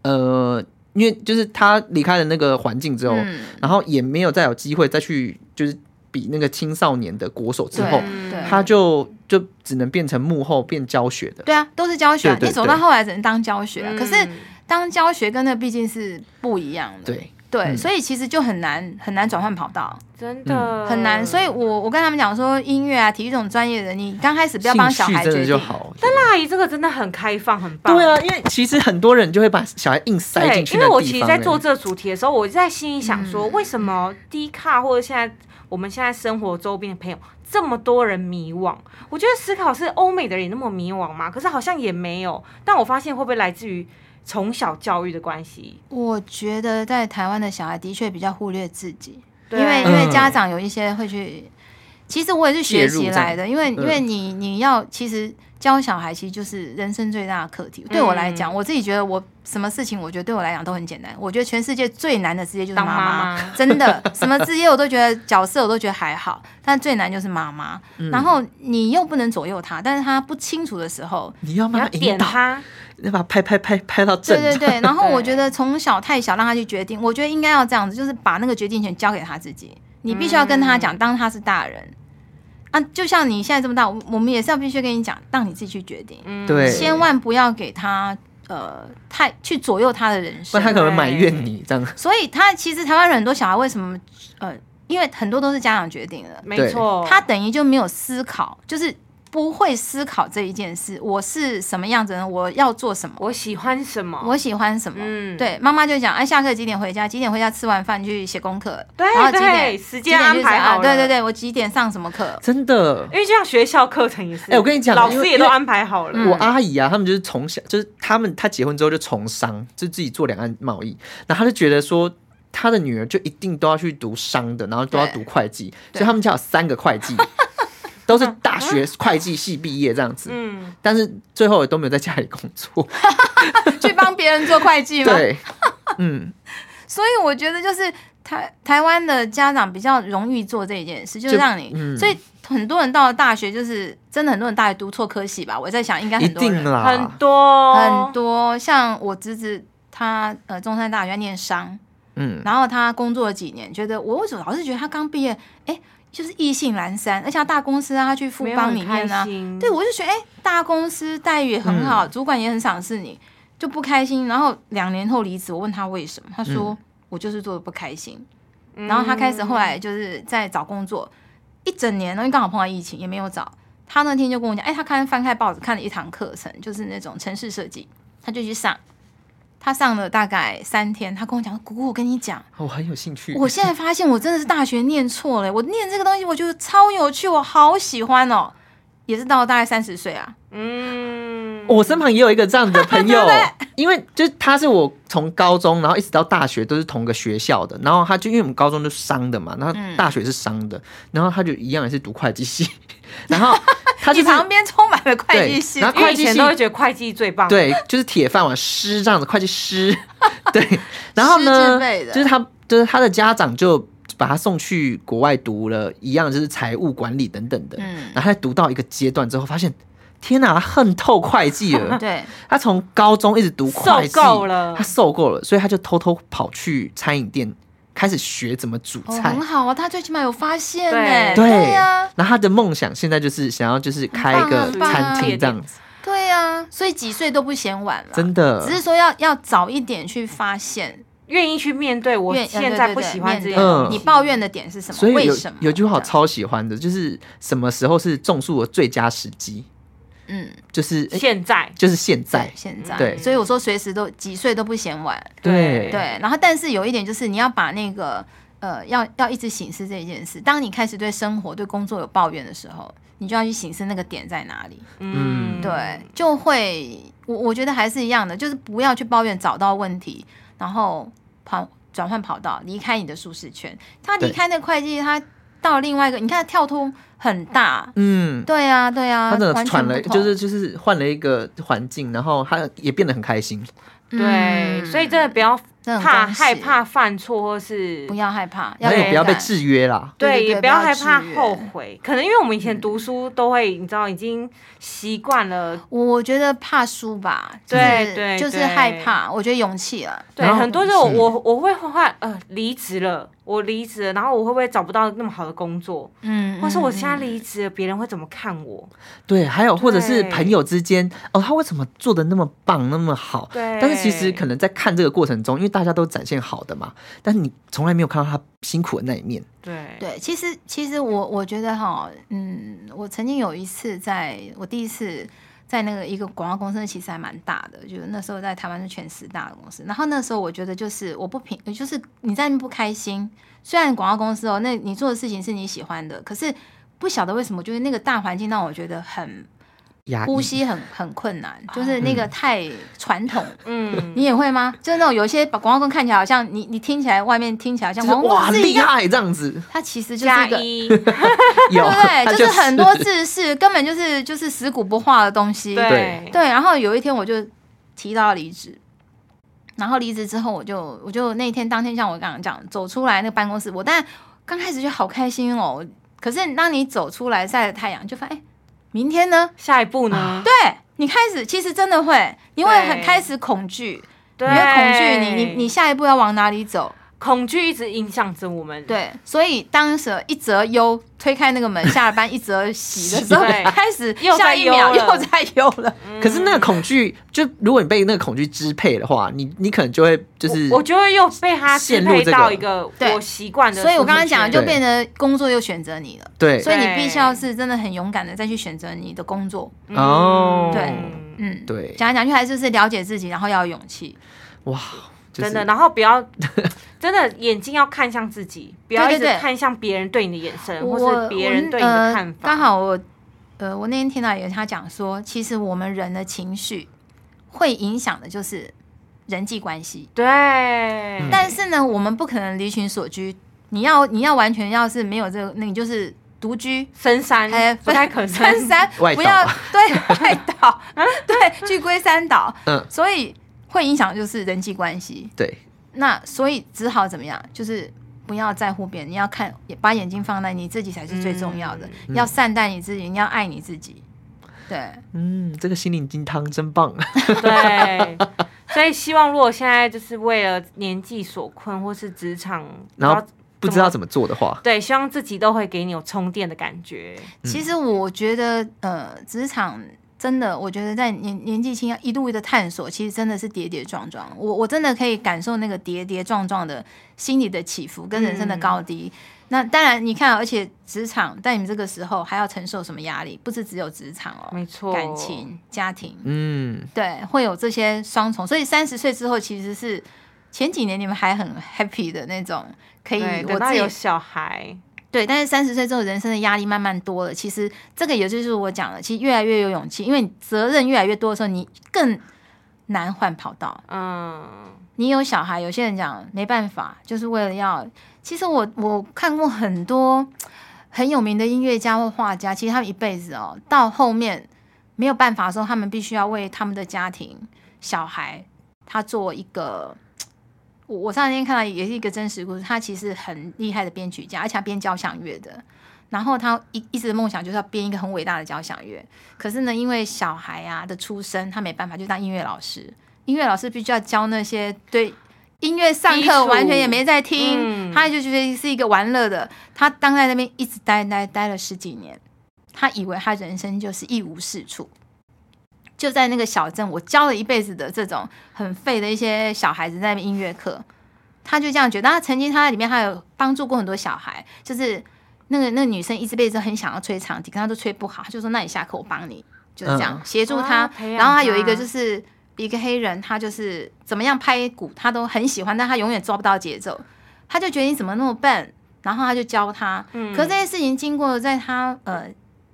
[SPEAKER 3] 呃，因为就是他离开了那个环境之后，
[SPEAKER 5] 嗯，
[SPEAKER 3] 然后也没有再有机会再去就是比那个青少年的国手之后，
[SPEAKER 5] 对对
[SPEAKER 3] 他就就只能变成幕后变教学的。
[SPEAKER 5] 对啊，都是教学啊，
[SPEAKER 3] 对对
[SPEAKER 5] 你走
[SPEAKER 3] 对
[SPEAKER 5] 到后来只能当教学啊。可是
[SPEAKER 4] 嗯
[SPEAKER 5] 当教学跟那毕竟是不一样的，
[SPEAKER 3] 对，
[SPEAKER 5] 对，
[SPEAKER 3] 嗯
[SPEAKER 5] 所以其实就很难很难转换跑道。
[SPEAKER 4] 真
[SPEAKER 3] 嗯
[SPEAKER 4] 的
[SPEAKER 5] 很难，所以我我跟他们讲说，音乐啊、体育这种专业的，你刚开始不要帮小
[SPEAKER 3] 兴趣
[SPEAKER 5] 孩
[SPEAKER 3] 真
[SPEAKER 5] 决
[SPEAKER 3] 的就
[SPEAKER 5] 定。
[SPEAKER 3] 好。
[SPEAKER 4] 大姨这个真的很开放，很棒。
[SPEAKER 3] 对啊，因为其实很多人就会把小孩硬塞
[SPEAKER 4] 对，
[SPEAKER 3] 进去
[SPEAKER 4] 因
[SPEAKER 3] 那
[SPEAKER 4] 为
[SPEAKER 3] 地方、
[SPEAKER 4] 我其实，在做这个主题的时候，我就在心里想
[SPEAKER 5] 嗯
[SPEAKER 4] 说，为什么低卡或者现在我们现在生活周边的朋友这么多人迷惘？我觉得思考是欧美的人也那么迷惘吗？可是好像也没有。但我发现会不会来自于从小教育的关系？
[SPEAKER 5] 我觉得在台湾的小孩的确比较忽略自己，
[SPEAKER 4] 对啊
[SPEAKER 5] 因为因为
[SPEAKER 3] 嗯
[SPEAKER 5] 家长有一些会去，其实我也是学习来的，因为
[SPEAKER 3] 嗯
[SPEAKER 5] 因为你你要其实教小孩其实就是人生最大的课题。对我来讲，我自己觉得我什么事情，我觉得对我来讲都很简单。我觉得全世界最难的职业就是
[SPEAKER 4] 当
[SPEAKER 5] 妈
[SPEAKER 4] 妈
[SPEAKER 5] 妈，
[SPEAKER 4] 妈
[SPEAKER 5] 真的什么职业我都觉得角色我都觉得还好，但最难就是妈妈。然后你又不能左右她，但是她不清楚的时候，
[SPEAKER 3] 你要
[SPEAKER 4] 你
[SPEAKER 3] 慢
[SPEAKER 4] 要
[SPEAKER 3] 慢嗯引
[SPEAKER 4] 点
[SPEAKER 3] 导，
[SPEAKER 4] 他，
[SPEAKER 3] 要把他拍拍拍拍到正
[SPEAKER 5] 对
[SPEAKER 3] 着。
[SPEAKER 5] 对 对，然后我
[SPEAKER 4] 对
[SPEAKER 5] 觉得从小太小让他去决定，我觉得应该要这样子，就是把那个决定权交给他自己。你必须要跟他
[SPEAKER 3] 嗯
[SPEAKER 5] 讲，当他是大人啊，就像你现在这么大，我我们也是要必须跟你讲，让你自己去决定，
[SPEAKER 4] 嗯
[SPEAKER 3] 对
[SPEAKER 5] 千万不要给他呃太去左右他的人
[SPEAKER 3] 不
[SPEAKER 5] 生
[SPEAKER 3] 然。他可能埋怨你这样。
[SPEAKER 5] 所以他其实台湾人很多小孩为什么呃，因为很多都是家长决定的，
[SPEAKER 4] 没
[SPEAKER 3] 对
[SPEAKER 4] 错，
[SPEAKER 5] 他等于就没有思考，就是不会思考这一件事，我是什么样子呢？我要做什么？
[SPEAKER 4] 我喜欢什么？
[SPEAKER 5] 我喜欢什么？
[SPEAKER 4] 嗯
[SPEAKER 5] 对，妈妈就讲，哎、下课几点回家？几点回家吃完饭去写功课？
[SPEAKER 4] 对
[SPEAKER 5] 然后几
[SPEAKER 4] 对，
[SPEAKER 5] 点
[SPEAKER 4] 时
[SPEAKER 5] 几
[SPEAKER 4] 间
[SPEAKER 5] 点
[SPEAKER 4] 安
[SPEAKER 5] 去
[SPEAKER 4] 排
[SPEAKER 5] 上
[SPEAKER 4] 好了，
[SPEAKER 5] 对对。对，我几点上什 么课？
[SPEAKER 3] 真的，
[SPEAKER 4] 因为就像学校课程也是，
[SPEAKER 3] 哎我跟你讲
[SPEAKER 4] 老
[SPEAKER 3] 因
[SPEAKER 4] 师
[SPEAKER 3] 为
[SPEAKER 4] 也都
[SPEAKER 3] 因为
[SPEAKER 4] 安排好了。
[SPEAKER 3] 我阿姨啊，他们就是从小就是他们，她结婚之后就从商，就自己做两岸贸易，然后她就觉得说。她的女儿就一定都要去读商的，然后都要读会计，
[SPEAKER 5] 对嗯
[SPEAKER 3] 所以他们家有三个会计， 都是大学会计系毕业这样子，
[SPEAKER 4] 嗯，
[SPEAKER 3] 但是最后也都没有在家里工作。
[SPEAKER 5] 去帮别人做会计吗？
[SPEAKER 3] 对，嗯，
[SPEAKER 5] 所以我觉得就是台台湾的家长比较容易做这一件事，就是
[SPEAKER 3] 就
[SPEAKER 5] 让你，
[SPEAKER 3] 嗯
[SPEAKER 5] 所以很多人到了大学，就是真的很多人大学读错科系吧。我在想， 应该
[SPEAKER 3] 一
[SPEAKER 5] 很多
[SPEAKER 3] 定
[SPEAKER 5] 人
[SPEAKER 3] 啦
[SPEAKER 4] 嗯很，多哦
[SPEAKER 5] 很，多，像我侄子他呃中山大学他念商，
[SPEAKER 3] 嗯，
[SPEAKER 5] 然后他工作了几年，觉得我为什么老是觉得他刚毕业，哎，就是意兴阑珊，而且他大公司啊，他去富
[SPEAKER 4] 没有
[SPEAKER 5] 邦
[SPEAKER 4] 很
[SPEAKER 5] 里面
[SPEAKER 4] 开
[SPEAKER 5] 啊，
[SPEAKER 4] 心嗯
[SPEAKER 5] 对我就觉得哎，大公司待遇也很好，主管也很赏识你，就不开心。然后两年后离职，我问他为什么，他说、
[SPEAKER 4] 嗯
[SPEAKER 5] 我就是做的不开心。然后他开始后来就是在找工作，一整年，因为刚好碰到疫情，也没有找。他那天就跟我讲，哎，他看翻开报纸看了一堂课程，就是那种城市设计，他就去上。他上了大概三天，他跟我讲，姑姑，我跟你讲，
[SPEAKER 3] 我很有兴 趣。
[SPEAKER 5] 我现在发现我真的是大学念错了，我念这个东西我觉得超有趣，我好喜欢哦。也是到大概三十岁啊，
[SPEAKER 4] 嗯，
[SPEAKER 3] 我身旁也有一个这样的朋友
[SPEAKER 5] 对不 对，
[SPEAKER 3] 因为就是他是我从高中，然后一直到大学都是同个学校的，然后他就因为我们高中就是商的嘛，然后
[SPEAKER 5] 嗯
[SPEAKER 3] 大学是商的，然后他就一样也是读会计系， 然后他就
[SPEAKER 5] 你
[SPEAKER 3] 是
[SPEAKER 5] 旁边充满了会计
[SPEAKER 3] 对
[SPEAKER 5] 系
[SPEAKER 3] 然，后
[SPEAKER 4] 因为
[SPEAKER 3] 会
[SPEAKER 4] 以
[SPEAKER 3] 计
[SPEAKER 4] 前
[SPEAKER 3] 系
[SPEAKER 4] 都会觉得会计最棒，，
[SPEAKER 3] 对，就是铁饭碗师这样子，会计师， 对，然后
[SPEAKER 5] 师
[SPEAKER 3] 呢
[SPEAKER 5] 之辈，的
[SPEAKER 3] 就是他就是他的家长就。把他送去国外读了一样，就是财务管理等等的。
[SPEAKER 5] 嗯
[SPEAKER 3] 然后他读到一个阶段之后，发现天哪，他恨透会计 了。
[SPEAKER 5] 对，
[SPEAKER 3] 他从高中一直读会计，
[SPEAKER 4] 受够了
[SPEAKER 3] 他受够了，所以他就偷偷跑去餐饮店开始学怎么煮
[SPEAKER 5] 哦，
[SPEAKER 3] 菜。
[SPEAKER 5] 很好啊，他最起码有发现
[SPEAKER 4] 对
[SPEAKER 5] 呢，
[SPEAKER 3] 对
[SPEAKER 5] 对呀，
[SPEAKER 3] 然后他的梦想现在就是想要就是开一个
[SPEAKER 5] 很棒啊
[SPEAKER 3] 餐厅这样子，
[SPEAKER 5] 对呀，所以几岁都不嫌晚了，
[SPEAKER 3] 真的
[SPEAKER 5] 只。是说要要早一点去发现，
[SPEAKER 4] 愿意去面对我
[SPEAKER 5] 愿呃
[SPEAKER 4] 现
[SPEAKER 5] 对
[SPEAKER 4] 在
[SPEAKER 5] 对
[SPEAKER 4] 不
[SPEAKER 5] 对
[SPEAKER 4] 喜欢
[SPEAKER 5] 面
[SPEAKER 4] 这
[SPEAKER 5] 对
[SPEAKER 4] 些东
[SPEAKER 3] 嗯
[SPEAKER 5] 你
[SPEAKER 4] 西，
[SPEAKER 5] 抱怨的点是什么？
[SPEAKER 3] 所以
[SPEAKER 5] 为
[SPEAKER 3] 有
[SPEAKER 5] 什么
[SPEAKER 3] 有句话我
[SPEAKER 5] 这样
[SPEAKER 3] 超喜欢的，就是什么时候是种树的最佳时机？
[SPEAKER 5] 嗯，
[SPEAKER 3] 就是、诶
[SPEAKER 4] 现在
[SPEAKER 3] 就是现在
[SPEAKER 5] 对。现在，
[SPEAKER 3] 对
[SPEAKER 5] 所以我说随时都几岁都不嫌晚，
[SPEAKER 3] 对
[SPEAKER 5] 对。然后，但是有一点就是你要把那个呃，要要一直醒思这一件事。当你开始对生活、对工作有抱怨的时候，你就要去醒思那个点在哪里，
[SPEAKER 4] 嗯，
[SPEAKER 5] 对，就会我我觉得还是一样的，就是不要去抱怨，找到问题，然后跑转换跑道，离开你的舒适圈。他离
[SPEAKER 3] 对
[SPEAKER 5] 开那个会计，他到另外一个，你看他跳脱很大。
[SPEAKER 3] 嗯，
[SPEAKER 5] 对啊，对啊，
[SPEAKER 3] 他真的
[SPEAKER 5] 完全
[SPEAKER 3] 传了，
[SPEAKER 5] 不同
[SPEAKER 3] 就是就是换了一个环境，然后他也变得很开心。
[SPEAKER 4] 对，
[SPEAKER 5] 嗯
[SPEAKER 4] 所以真的不要
[SPEAKER 5] 真的很
[SPEAKER 4] 怕
[SPEAKER 5] 恭喜
[SPEAKER 4] 害怕犯错，或是
[SPEAKER 5] 不要害怕，
[SPEAKER 3] 然后也
[SPEAKER 5] 勇
[SPEAKER 3] 不要被
[SPEAKER 5] 敢
[SPEAKER 3] 制约啦。
[SPEAKER 5] 对
[SPEAKER 4] 对，
[SPEAKER 5] 对
[SPEAKER 4] 也
[SPEAKER 5] 对
[SPEAKER 4] 不
[SPEAKER 5] 不
[SPEAKER 4] 要
[SPEAKER 5] 要嗯
[SPEAKER 4] 害怕
[SPEAKER 5] 制约
[SPEAKER 4] 后悔。可能因为我们以前读书都会，你知道，已经习惯了，
[SPEAKER 5] 我我觉得怕输吧，
[SPEAKER 4] 对
[SPEAKER 5] 就是
[SPEAKER 4] 对
[SPEAKER 5] 就是
[SPEAKER 4] 对
[SPEAKER 5] 害怕。我觉得勇气啊，
[SPEAKER 4] 对，
[SPEAKER 3] 然后
[SPEAKER 4] 很多时候
[SPEAKER 3] 是
[SPEAKER 4] 我我会换换呃离职了，我离职了，然后我会不会找不到那么好的工作，
[SPEAKER 5] 嗯
[SPEAKER 4] 或是我现在离职了，别人会怎么看我？
[SPEAKER 3] 对，还有或者是
[SPEAKER 4] 对
[SPEAKER 3] 朋友之间，哦，他为什么做的那么棒，那么好？
[SPEAKER 4] 对，
[SPEAKER 3] 但是其实可能在看这个过程中，因为大家都展现好的嘛，但是你从来没有看到他辛苦的那一面。
[SPEAKER 4] 对
[SPEAKER 5] 对，其实其实我我觉得哈，嗯，我曾经有一次在，我第一次在那个一个广告公司，其实还蛮大的，就是那时候在台湾是全十大的公司。然后那时候我觉得就是我不平，就是你在那边不开心，虽然广告公司哦，那你做的事情是你喜欢的，可是不晓得为什么，就是那个大环境让我觉得很
[SPEAKER 3] 压抑
[SPEAKER 5] 呼吸很很困难，就是那个太传统。
[SPEAKER 4] 嗯，
[SPEAKER 5] 你也会吗？就是那种有一些把广告公司看起来好像你，你听起来外面听起来好像
[SPEAKER 3] 就是
[SPEAKER 5] 广告
[SPEAKER 3] 哇
[SPEAKER 5] 公司一
[SPEAKER 3] 厉
[SPEAKER 5] 样，
[SPEAKER 3] 害这样子，
[SPEAKER 5] 它其实就是
[SPEAKER 4] 加
[SPEAKER 5] 一个
[SPEAKER 4] 一，
[SPEAKER 3] 有
[SPEAKER 5] 对不
[SPEAKER 3] 他
[SPEAKER 5] 对？
[SPEAKER 3] 就
[SPEAKER 5] 就是很多制式，根本就是就是死骨不化的东西。
[SPEAKER 4] 对
[SPEAKER 3] 对
[SPEAKER 5] 对然后有一天我就提到离职，然后离职之后我就我就那天当天像我刚刚讲走出来那个办公室，我但刚开始就好开心哦，可是当你走出来晒了太阳，就发现哎，明天呢？
[SPEAKER 4] 下一步呢？
[SPEAKER 5] 对你开始其实真的会，你会很
[SPEAKER 4] 对
[SPEAKER 5] 开始恐惧，
[SPEAKER 4] 对，
[SPEAKER 5] 你会恐惧
[SPEAKER 4] 哎
[SPEAKER 5] 你你你下一步要往哪里走？
[SPEAKER 4] 恐惧一直影响着我们，
[SPEAKER 5] 对，所以当时一则忧推开那个门，下了班一则喜的时 候，
[SPEAKER 4] 对
[SPEAKER 5] 开始
[SPEAKER 4] 又
[SPEAKER 5] 下
[SPEAKER 4] 在
[SPEAKER 5] 一
[SPEAKER 4] 忧
[SPEAKER 5] 秒
[SPEAKER 4] 了
[SPEAKER 5] 又在忧了。
[SPEAKER 3] 可是那个恐惧，就如果你被那个恐惧支配的话，你你可能就会就是
[SPEAKER 4] 我我就会又被他支
[SPEAKER 3] 陷入
[SPEAKER 4] 配
[SPEAKER 3] 这
[SPEAKER 4] 到
[SPEAKER 3] 个
[SPEAKER 4] 一个
[SPEAKER 5] 对
[SPEAKER 4] 我习惯的舒适圈，
[SPEAKER 5] 所以我刚刚讲，就
[SPEAKER 3] 对
[SPEAKER 5] 变得工作又选择你了，
[SPEAKER 3] 对
[SPEAKER 5] 所以你
[SPEAKER 4] 对
[SPEAKER 5] 必须要是真的很勇敢的再去选择你的工作。
[SPEAKER 4] 嗯
[SPEAKER 3] 哦
[SPEAKER 5] 对
[SPEAKER 4] 嗯
[SPEAKER 5] 嗯，
[SPEAKER 3] 对
[SPEAKER 5] 讲来讲去还是就是了解自己，然后要有勇气。
[SPEAKER 3] 哇，就是
[SPEAKER 4] 真的，然后 不要真的眼睛要看向自己，不要
[SPEAKER 5] 对
[SPEAKER 4] 一直
[SPEAKER 5] 对对
[SPEAKER 4] 看向别人对你的眼神，
[SPEAKER 5] 我
[SPEAKER 4] 嗯或是别人对你
[SPEAKER 5] 我
[SPEAKER 4] 的
[SPEAKER 5] 呃
[SPEAKER 4] 看法。
[SPEAKER 5] 刚、好我呃，我那天听到有他讲说，其实我们人的情绪会影响的就是人际关系。
[SPEAKER 4] 对，
[SPEAKER 3] 嗯
[SPEAKER 5] 但是呢，我们不可能离群所居。你要你要完全要是没有这个，那你就是 独居。
[SPEAKER 4] 深山
[SPEAKER 5] 哎，
[SPEAKER 4] 不太可能，
[SPEAKER 5] 深山
[SPEAKER 3] 外岛
[SPEAKER 5] 不要对外 岛，对去龟山岛，
[SPEAKER 3] 嗯
[SPEAKER 5] 所以会影响就是人际关系。
[SPEAKER 3] 对
[SPEAKER 5] 那所以只好怎么样，就是不要在乎别人，你要看把眼睛放在你自己才是最重要
[SPEAKER 3] 嗯
[SPEAKER 4] 嗯
[SPEAKER 5] 的，要善待你自己，你要爱你自己。对，
[SPEAKER 3] 嗯，这个心灵鸡汤真棒，
[SPEAKER 4] 对。所以希望，如果现在就是为了年纪所困，或是职场，
[SPEAKER 3] 然后
[SPEAKER 4] 不知道
[SPEAKER 3] 不知道怎么做的话，
[SPEAKER 4] 对，希望自己都会给你有充电的感觉。
[SPEAKER 5] 其实我觉得，呃，职场真的，我觉得在年年纪轻一路的探索，其实真的是跌跌撞撞。我我真的可以感受那个跌跌撞撞的心理的起伏跟人生的高低。
[SPEAKER 4] 嗯
[SPEAKER 5] 那当然，你看，而且职场在你们这个时候还要承受什么压力？不是只有职场哦，
[SPEAKER 4] 没错，
[SPEAKER 5] 感情、家庭，
[SPEAKER 3] 嗯，
[SPEAKER 5] 对，会有这些双重。所以三十岁之后，其实是前几年你们还很 happy 的那种，可以
[SPEAKER 4] 对，
[SPEAKER 5] 我
[SPEAKER 4] 等到
[SPEAKER 5] 自己
[SPEAKER 4] 有小孩，
[SPEAKER 5] 对，但是三十岁之后，人生的压力慢慢多了。其实这个也就是我讲的，其实越来越有勇气，因为你责任越来越多的时候，你更难换跑道。
[SPEAKER 4] 嗯，
[SPEAKER 5] 你有小孩，有些人讲没办法，就是为了要。其实我我看过很多很有名的音乐家或画家，其实他们一辈子哦，到后面没有办法的时候，他们必须要为他们的家庭、小孩，他做一个。我我上一天看到也是一个真实故事，他其实很厉害的编曲家，而且他编交响乐的。然后他一一直的梦想就是要编一个很伟大的交响乐，可是呢，因为小孩啊的出生，他没办法就当音乐老师。音乐老师必须要教那些对音乐上
[SPEAKER 4] 基
[SPEAKER 5] 课
[SPEAKER 4] 础
[SPEAKER 5] 完全也没在听，
[SPEAKER 4] 嗯
[SPEAKER 5] 他就觉得是一个玩乐的。他当在那边一直待待待了十几年，他以为他人生就是一无是处。就在那个小镇，我教了一辈子的这种很废的一些小孩子在那边音乐课，他就这样觉得。他曾经他在里面还有帮助过很多小孩，就是那个那个女生一直辈子很想要吹长笛，可她都吹不好，他就说那你下课我帮你，就是这样、
[SPEAKER 3] 嗯
[SPEAKER 5] 协助他
[SPEAKER 4] 哦。培养
[SPEAKER 5] 然后他有一个
[SPEAKER 4] 他
[SPEAKER 5] 就是一个黑人，他就是怎么样拍鼓他都很喜欢，但他永远抓不到节奏，他就觉得你怎么那么笨，然后他就教他。
[SPEAKER 4] 嗯
[SPEAKER 5] 可是这件事情经过在他呃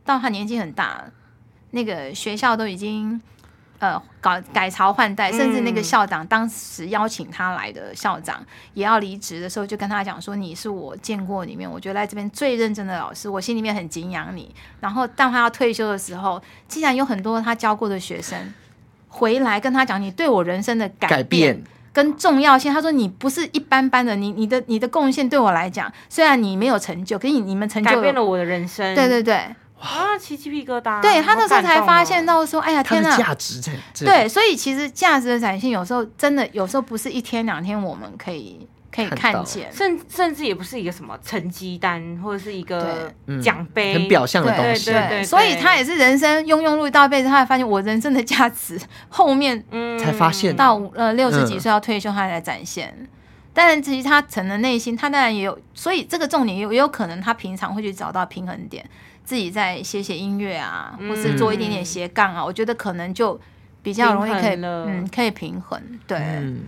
[SPEAKER 5] 到他年纪很大了，那个学校都已经呃搞改朝换代，甚至那个
[SPEAKER 4] 嗯
[SPEAKER 5] 校长当时邀请他来的校长也要离职的时候，就跟他讲说：“你是我见过里面我觉得来这边最认真的老师，我心里面很敬仰你。”然后当他要退休的时候，竟然有很多他教过的学生。回来跟他讲你对我人生的
[SPEAKER 3] 改变，
[SPEAKER 5] 跟重要性。他说你不是一般般的，你你的你的贡献对我来讲，虽然你没有成就，可是你你们成就
[SPEAKER 4] 改变
[SPEAKER 5] 了
[SPEAKER 4] 了我的人生。
[SPEAKER 5] 对对对，
[SPEAKER 4] 啊，起鸡皮疙瘩。
[SPEAKER 5] 对他那时候
[SPEAKER 4] 好感
[SPEAKER 5] 才
[SPEAKER 4] 动哦
[SPEAKER 5] 发现，到说，哎呀
[SPEAKER 3] 它
[SPEAKER 5] 天
[SPEAKER 3] 的
[SPEAKER 5] 哪！
[SPEAKER 3] 价值在这。
[SPEAKER 5] 对，，所以其实价值的展现有时候真的有时候不是一天两天我们可以可以
[SPEAKER 3] 看到
[SPEAKER 5] 看见，
[SPEAKER 4] 甚甚至也不是一个什么成绩单或者是一个
[SPEAKER 3] 嗯
[SPEAKER 4] 奖杯，
[SPEAKER 3] 很表象的东
[SPEAKER 5] 对
[SPEAKER 3] 西。
[SPEAKER 4] 对对
[SPEAKER 5] 所以他也是人生庸庸碌一到一辈子，他才发现我人生的价值 后面
[SPEAKER 4] 嗯
[SPEAKER 3] 才发现
[SPEAKER 5] 到呃六十几岁要退休，他才展现。当然，其实他可能内心，他当然也有，所以这个重点也有也有可能，他平常会去找到平衡点，自己在写写音乐啊，或
[SPEAKER 4] 嗯
[SPEAKER 5] 是做一点点斜杠啊，我觉得可能就比较容易可以，
[SPEAKER 4] 平衡了
[SPEAKER 5] 嗯，可以平衡。对，
[SPEAKER 3] 嗯，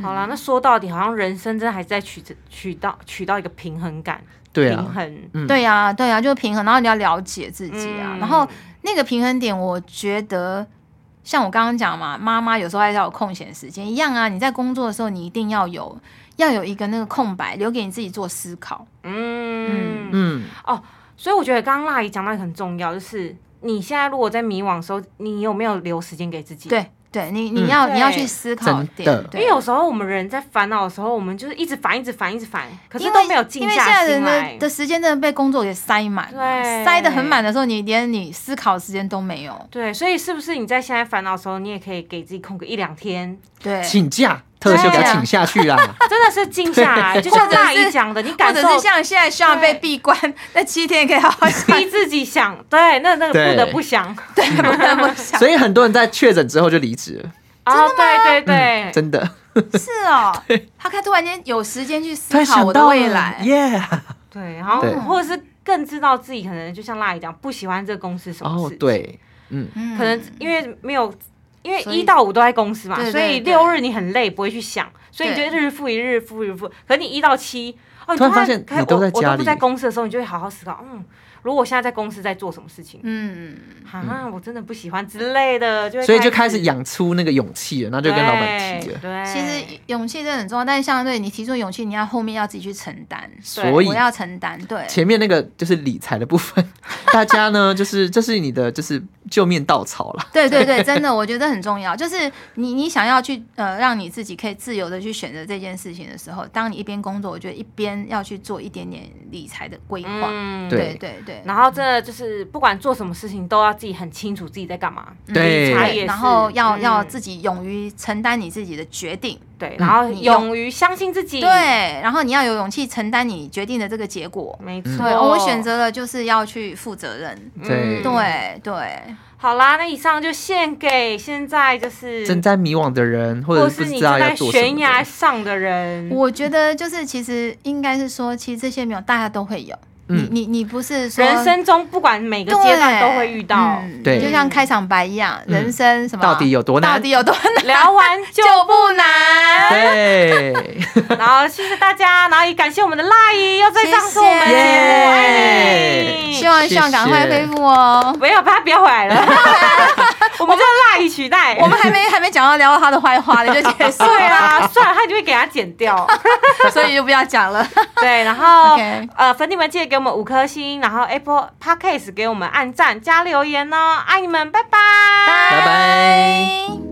[SPEAKER 4] 好啦，那说到底，好像人生真的还是在取取到取到一个平衡感，
[SPEAKER 3] 对
[SPEAKER 4] 平
[SPEAKER 3] 啊，
[SPEAKER 4] 衡。
[SPEAKER 3] 嗯
[SPEAKER 5] 对呀、对呀、啊就平衡，然后你要了解自己啊，
[SPEAKER 4] 嗯
[SPEAKER 5] 然后那个平衡点，我觉得像我刚刚讲嘛，妈妈有时候还是要有空闲时间一样啊。你在工作的时候，你一定要有要有一个那个空白，留给你自己做思考。
[SPEAKER 4] 嗯嗯，
[SPEAKER 3] 嗯，
[SPEAKER 4] 所以我觉得刚刚辣姨讲到一个很重要，就是你现在如果在迷惘的时候，你有没有留时间给自己？。
[SPEAKER 5] 对，对你你
[SPEAKER 3] 嗯
[SPEAKER 5] 要、你要
[SPEAKER 4] 对
[SPEAKER 5] 去思考
[SPEAKER 3] 真
[SPEAKER 5] 点
[SPEAKER 3] 的，
[SPEAKER 5] 对
[SPEAKER 4] 因为有时候我们人在烦恼的时候，我们就是一直烦，一直烦，一直烦，可是
[SPEAKER 5] 因
[SPEAKER 4] 都
[SPEAKER 5] 为
[SPEAKER 4] 没有静
[SPEAKER 5] 因为现
[SPEAKER 4] 下
[SPEAKER 5] 在
[SPEAKER 4] 心
[SPEAKER 5] 人的
[SPEAKER 4] 来。
[SPEAKER 5] 的时间真的被工作给塞满了，
[SPEAKER 4] 对
[SPEAKER 5] 塞得很满的时候，你连你思考的时间都没有。
[SPEAKER 4] 对，所以是不是你在现在烦恼的时候，你也可以给自己空个一两天，
[SPEAKER 5] 对，
[SPEAKER 3] 请假，特休给
[SPEAKER 4] 对
[SPEAKER 3] 他
[SPEAKER 4] 啊
[SPEAKER 3] 请下去啦。
[SPEAKER 4] 真的是静下 来，就像大姨讲的，你
[SPEAKER 5] 或
[SPEAKER 4] 感
[SPEAKER 5] 者
[SPEAKER 4] 受
[SPEAKER 5] 是像现在需要被
[SPEAKER 4] 对
[SPEAKER 5] 闭关，那七天也可以好 好想，
[SPEAKER 4] 逼自己想，对，那那个
[SPEAKER 3] 对
[SPEAKER 4] 不得不想，
[SPEAKER 5] 对，不 得不想。
[SPEAKER 3] 所以很多人在确诊之后就离职了，
[SPEAKER 4] 啊，对对
[SPEAKER 3] 嗯，
[SPEAKER 4] 对，
[SPEAKER 3] 真的，
[SPEAKER 5] 是哦，他看突然间有时间去
[SPEAKER 3] 突
[SPEAKER 5] 思
[SPEAKER 3] 然
[SPEAKER 5] 考
[SPEAKER 3] 想
[SPEAKER 5] 我的
[SPEAKER 3] 到
[SPEAKER 5] 未
[SPEAKER 3] 了
[SPEAKER 5] 来，
[SPEAKER 3] 耶！
[SPEAKER 4] 对，然后
[SPEAKER 3] 对
[SPEAKER 4] 或者是更知道自己可能就像辣姨讲，不喜欢这个公司什么
[SPEAKER 3] 哦
[SPEAKER 4] 事，，，
[SPEAKER 3] 对，嗯，
[SPEAKER 5] 嗯
[SPEAKER 4] 可能因为没有。因为
[SPEAKER 5] 所以
[SPEAKER 4] 一到五都在公司嘛，
[SPEAKER 5] 对对
[SPEAKER 4] 所以
[SPEAKER 5] 对
[SPEAKER 4] 六日你很累，不会去想，所以你就
[SPEAKER 5] 对
[SPEAKER 4] 日复一日，日复一日复。可你一到七，哦，你
[SPEAKER 3] 突然发现
[SPEAKER 4] 可以
[SPEAKER 3] 你都
[SPEAKER 4] 我
[SPEAKER 3] 在
[SPEAKER 4] 我
[SPEAKER 3] 家
[SPEAKER 4] 都不
[SPEAKER 3] 里
[SPEAKER 4] 在公司的时候，你就会好好思考，嗯，如果我现在在公司在做什么事情，
[SPEAKER 5] 嗯，
[SPEAKER 4] 啊，我真的不喜欢之类的，就会
[SPEAKER 3] 所以就开始养出那个勇气了，那就跟老板提
[SPEAKER 4] 对
[SPEAKER 3] 了。
[SPEAKER 4] 对，
[SPEAKER 5] 其实勇气真的很重要，但是相对你提出勇气，你要后面要自己去承担，
[SPEAKER 3] 所以
[SPEAKER 5] 我要承担，对，
[SPEAKER 3] 前面那个就是理财的部分，大家呢就是这是你的就是救命稻草了。
[SPEAKER 5] 对 对对，真的，我觉得很重要。就是你你想要去呃，让你自己可以自由的去选择这件事情的时候，当你一边工作，我觉得一边要去做一点点理财的规划。
[SPEAKER 4] 嗯，
[SPEAKER 3] 对
[SPEAKER 5] 对对对，
[SPEAKER 4] 然后真的就是不管做什么事情，都要自己很清楚自己在干嘛。
[SPEAKER 3] 对
[SPEAKER 4] 理财
[SPEAKER 5] 对
[SPEAKER 4] 也是，
[SPEAKER 5] 嗯然后要、
[SPEAKER 4] 嗯
[SPEAKER 5] 要自己勇于承担你自己的决定，
[SPEAKER 4] 对，然后
[SPEAKER 5] 你用
[SPEAKER 4] 勇于相信自己。
[SPEAKER 5] 对，，然后你要有勇气承担你决定的这个结果。
[SPEAKER 4] 没
[SPEAKER 3] 嗯
[SPEAKER 5] 对，哦
[SPEAKER 4] 错。
[SPEAKER 5] 我选择了就是要去负责任。
[SPEAKER 4] 嗯
[SPEAKER 3] 对
[SPEAKER 5] 对对，
[SPEAKER 4] 好啦，那以上就献给现在就是
[SPEAKER 3] 正在迷惘的人，或
[SPEAKER 4] 或
[SPEAKER 3] 者是
[SPEAKER 4] 是
[SPEAKER 3] 不
[SPEAKER 4] 你
[SPEAKER 3] 知
[SPEAKER 4] 正
[SPEAKER 3] 道
[SPEAKER 4] 在
[SPEAKER 3] 要做什
[SPEAKER 4] 悬
[SPEAKER 3] 么
[SPEAKER 4] 崖
[SPEAKER 3] 的，
[SPEAKER 4] 上的人。
[SPEAKER 5] 我觉得就是其实应该是说，其实这些没有，大家都会有。
[SPEAKER 3] 嗯
[SPEAKER 5] 你你你不是说
[SPEAKER 4] 人生中不管每个阶段都会遇到，
[SPEAKER 5] 嗯
[SPEAKER 3] 对
[SPEAKER 5] 就像开场白一样，
[SPEAKER 3] 嗯
[SPEAKER 5] 人生什么
[SPEAKER 3] 到底有多难
[SPEAKER 5] 到底有多难？
[SPEAKER 4] 聊完就
[SPEAKER 5] 就不 难。
[SPEAKER 3] 对，
[SPEAKER 4] 然后谢谢大家，然后也感谢我们的辣姨要再上次我们的
[SPEAKER 5] 谢谢
[SPEAKER 4] 节目，爱你
[SPEAKER 5] 希望希望赶快恢复哦。
[SPEAKER 4] 没有，他不要回来了，我们就辣姨取代。
[SPEAKER 5] 我们还没还没讲到聊到他的坏话呢，就结束
[SPEAKER 4] 对
[SPEAKER 5] 了，
[SPEAKER 4] 啊， 算了，他就会给他剪掉。
[SPEAKER 5] 所以就不要讲了。
[SPEAKER 4] 对，然后
[SPEAKER 5] OK
[SPEAKER 4] 呃，粉底们记得给我们五颗星，然后 Apple Podcast 给我们按赞加留言哦，爱你们，拜拜，
[SPEAKER 3] 拜拜。
[SPEAKER 5] 拜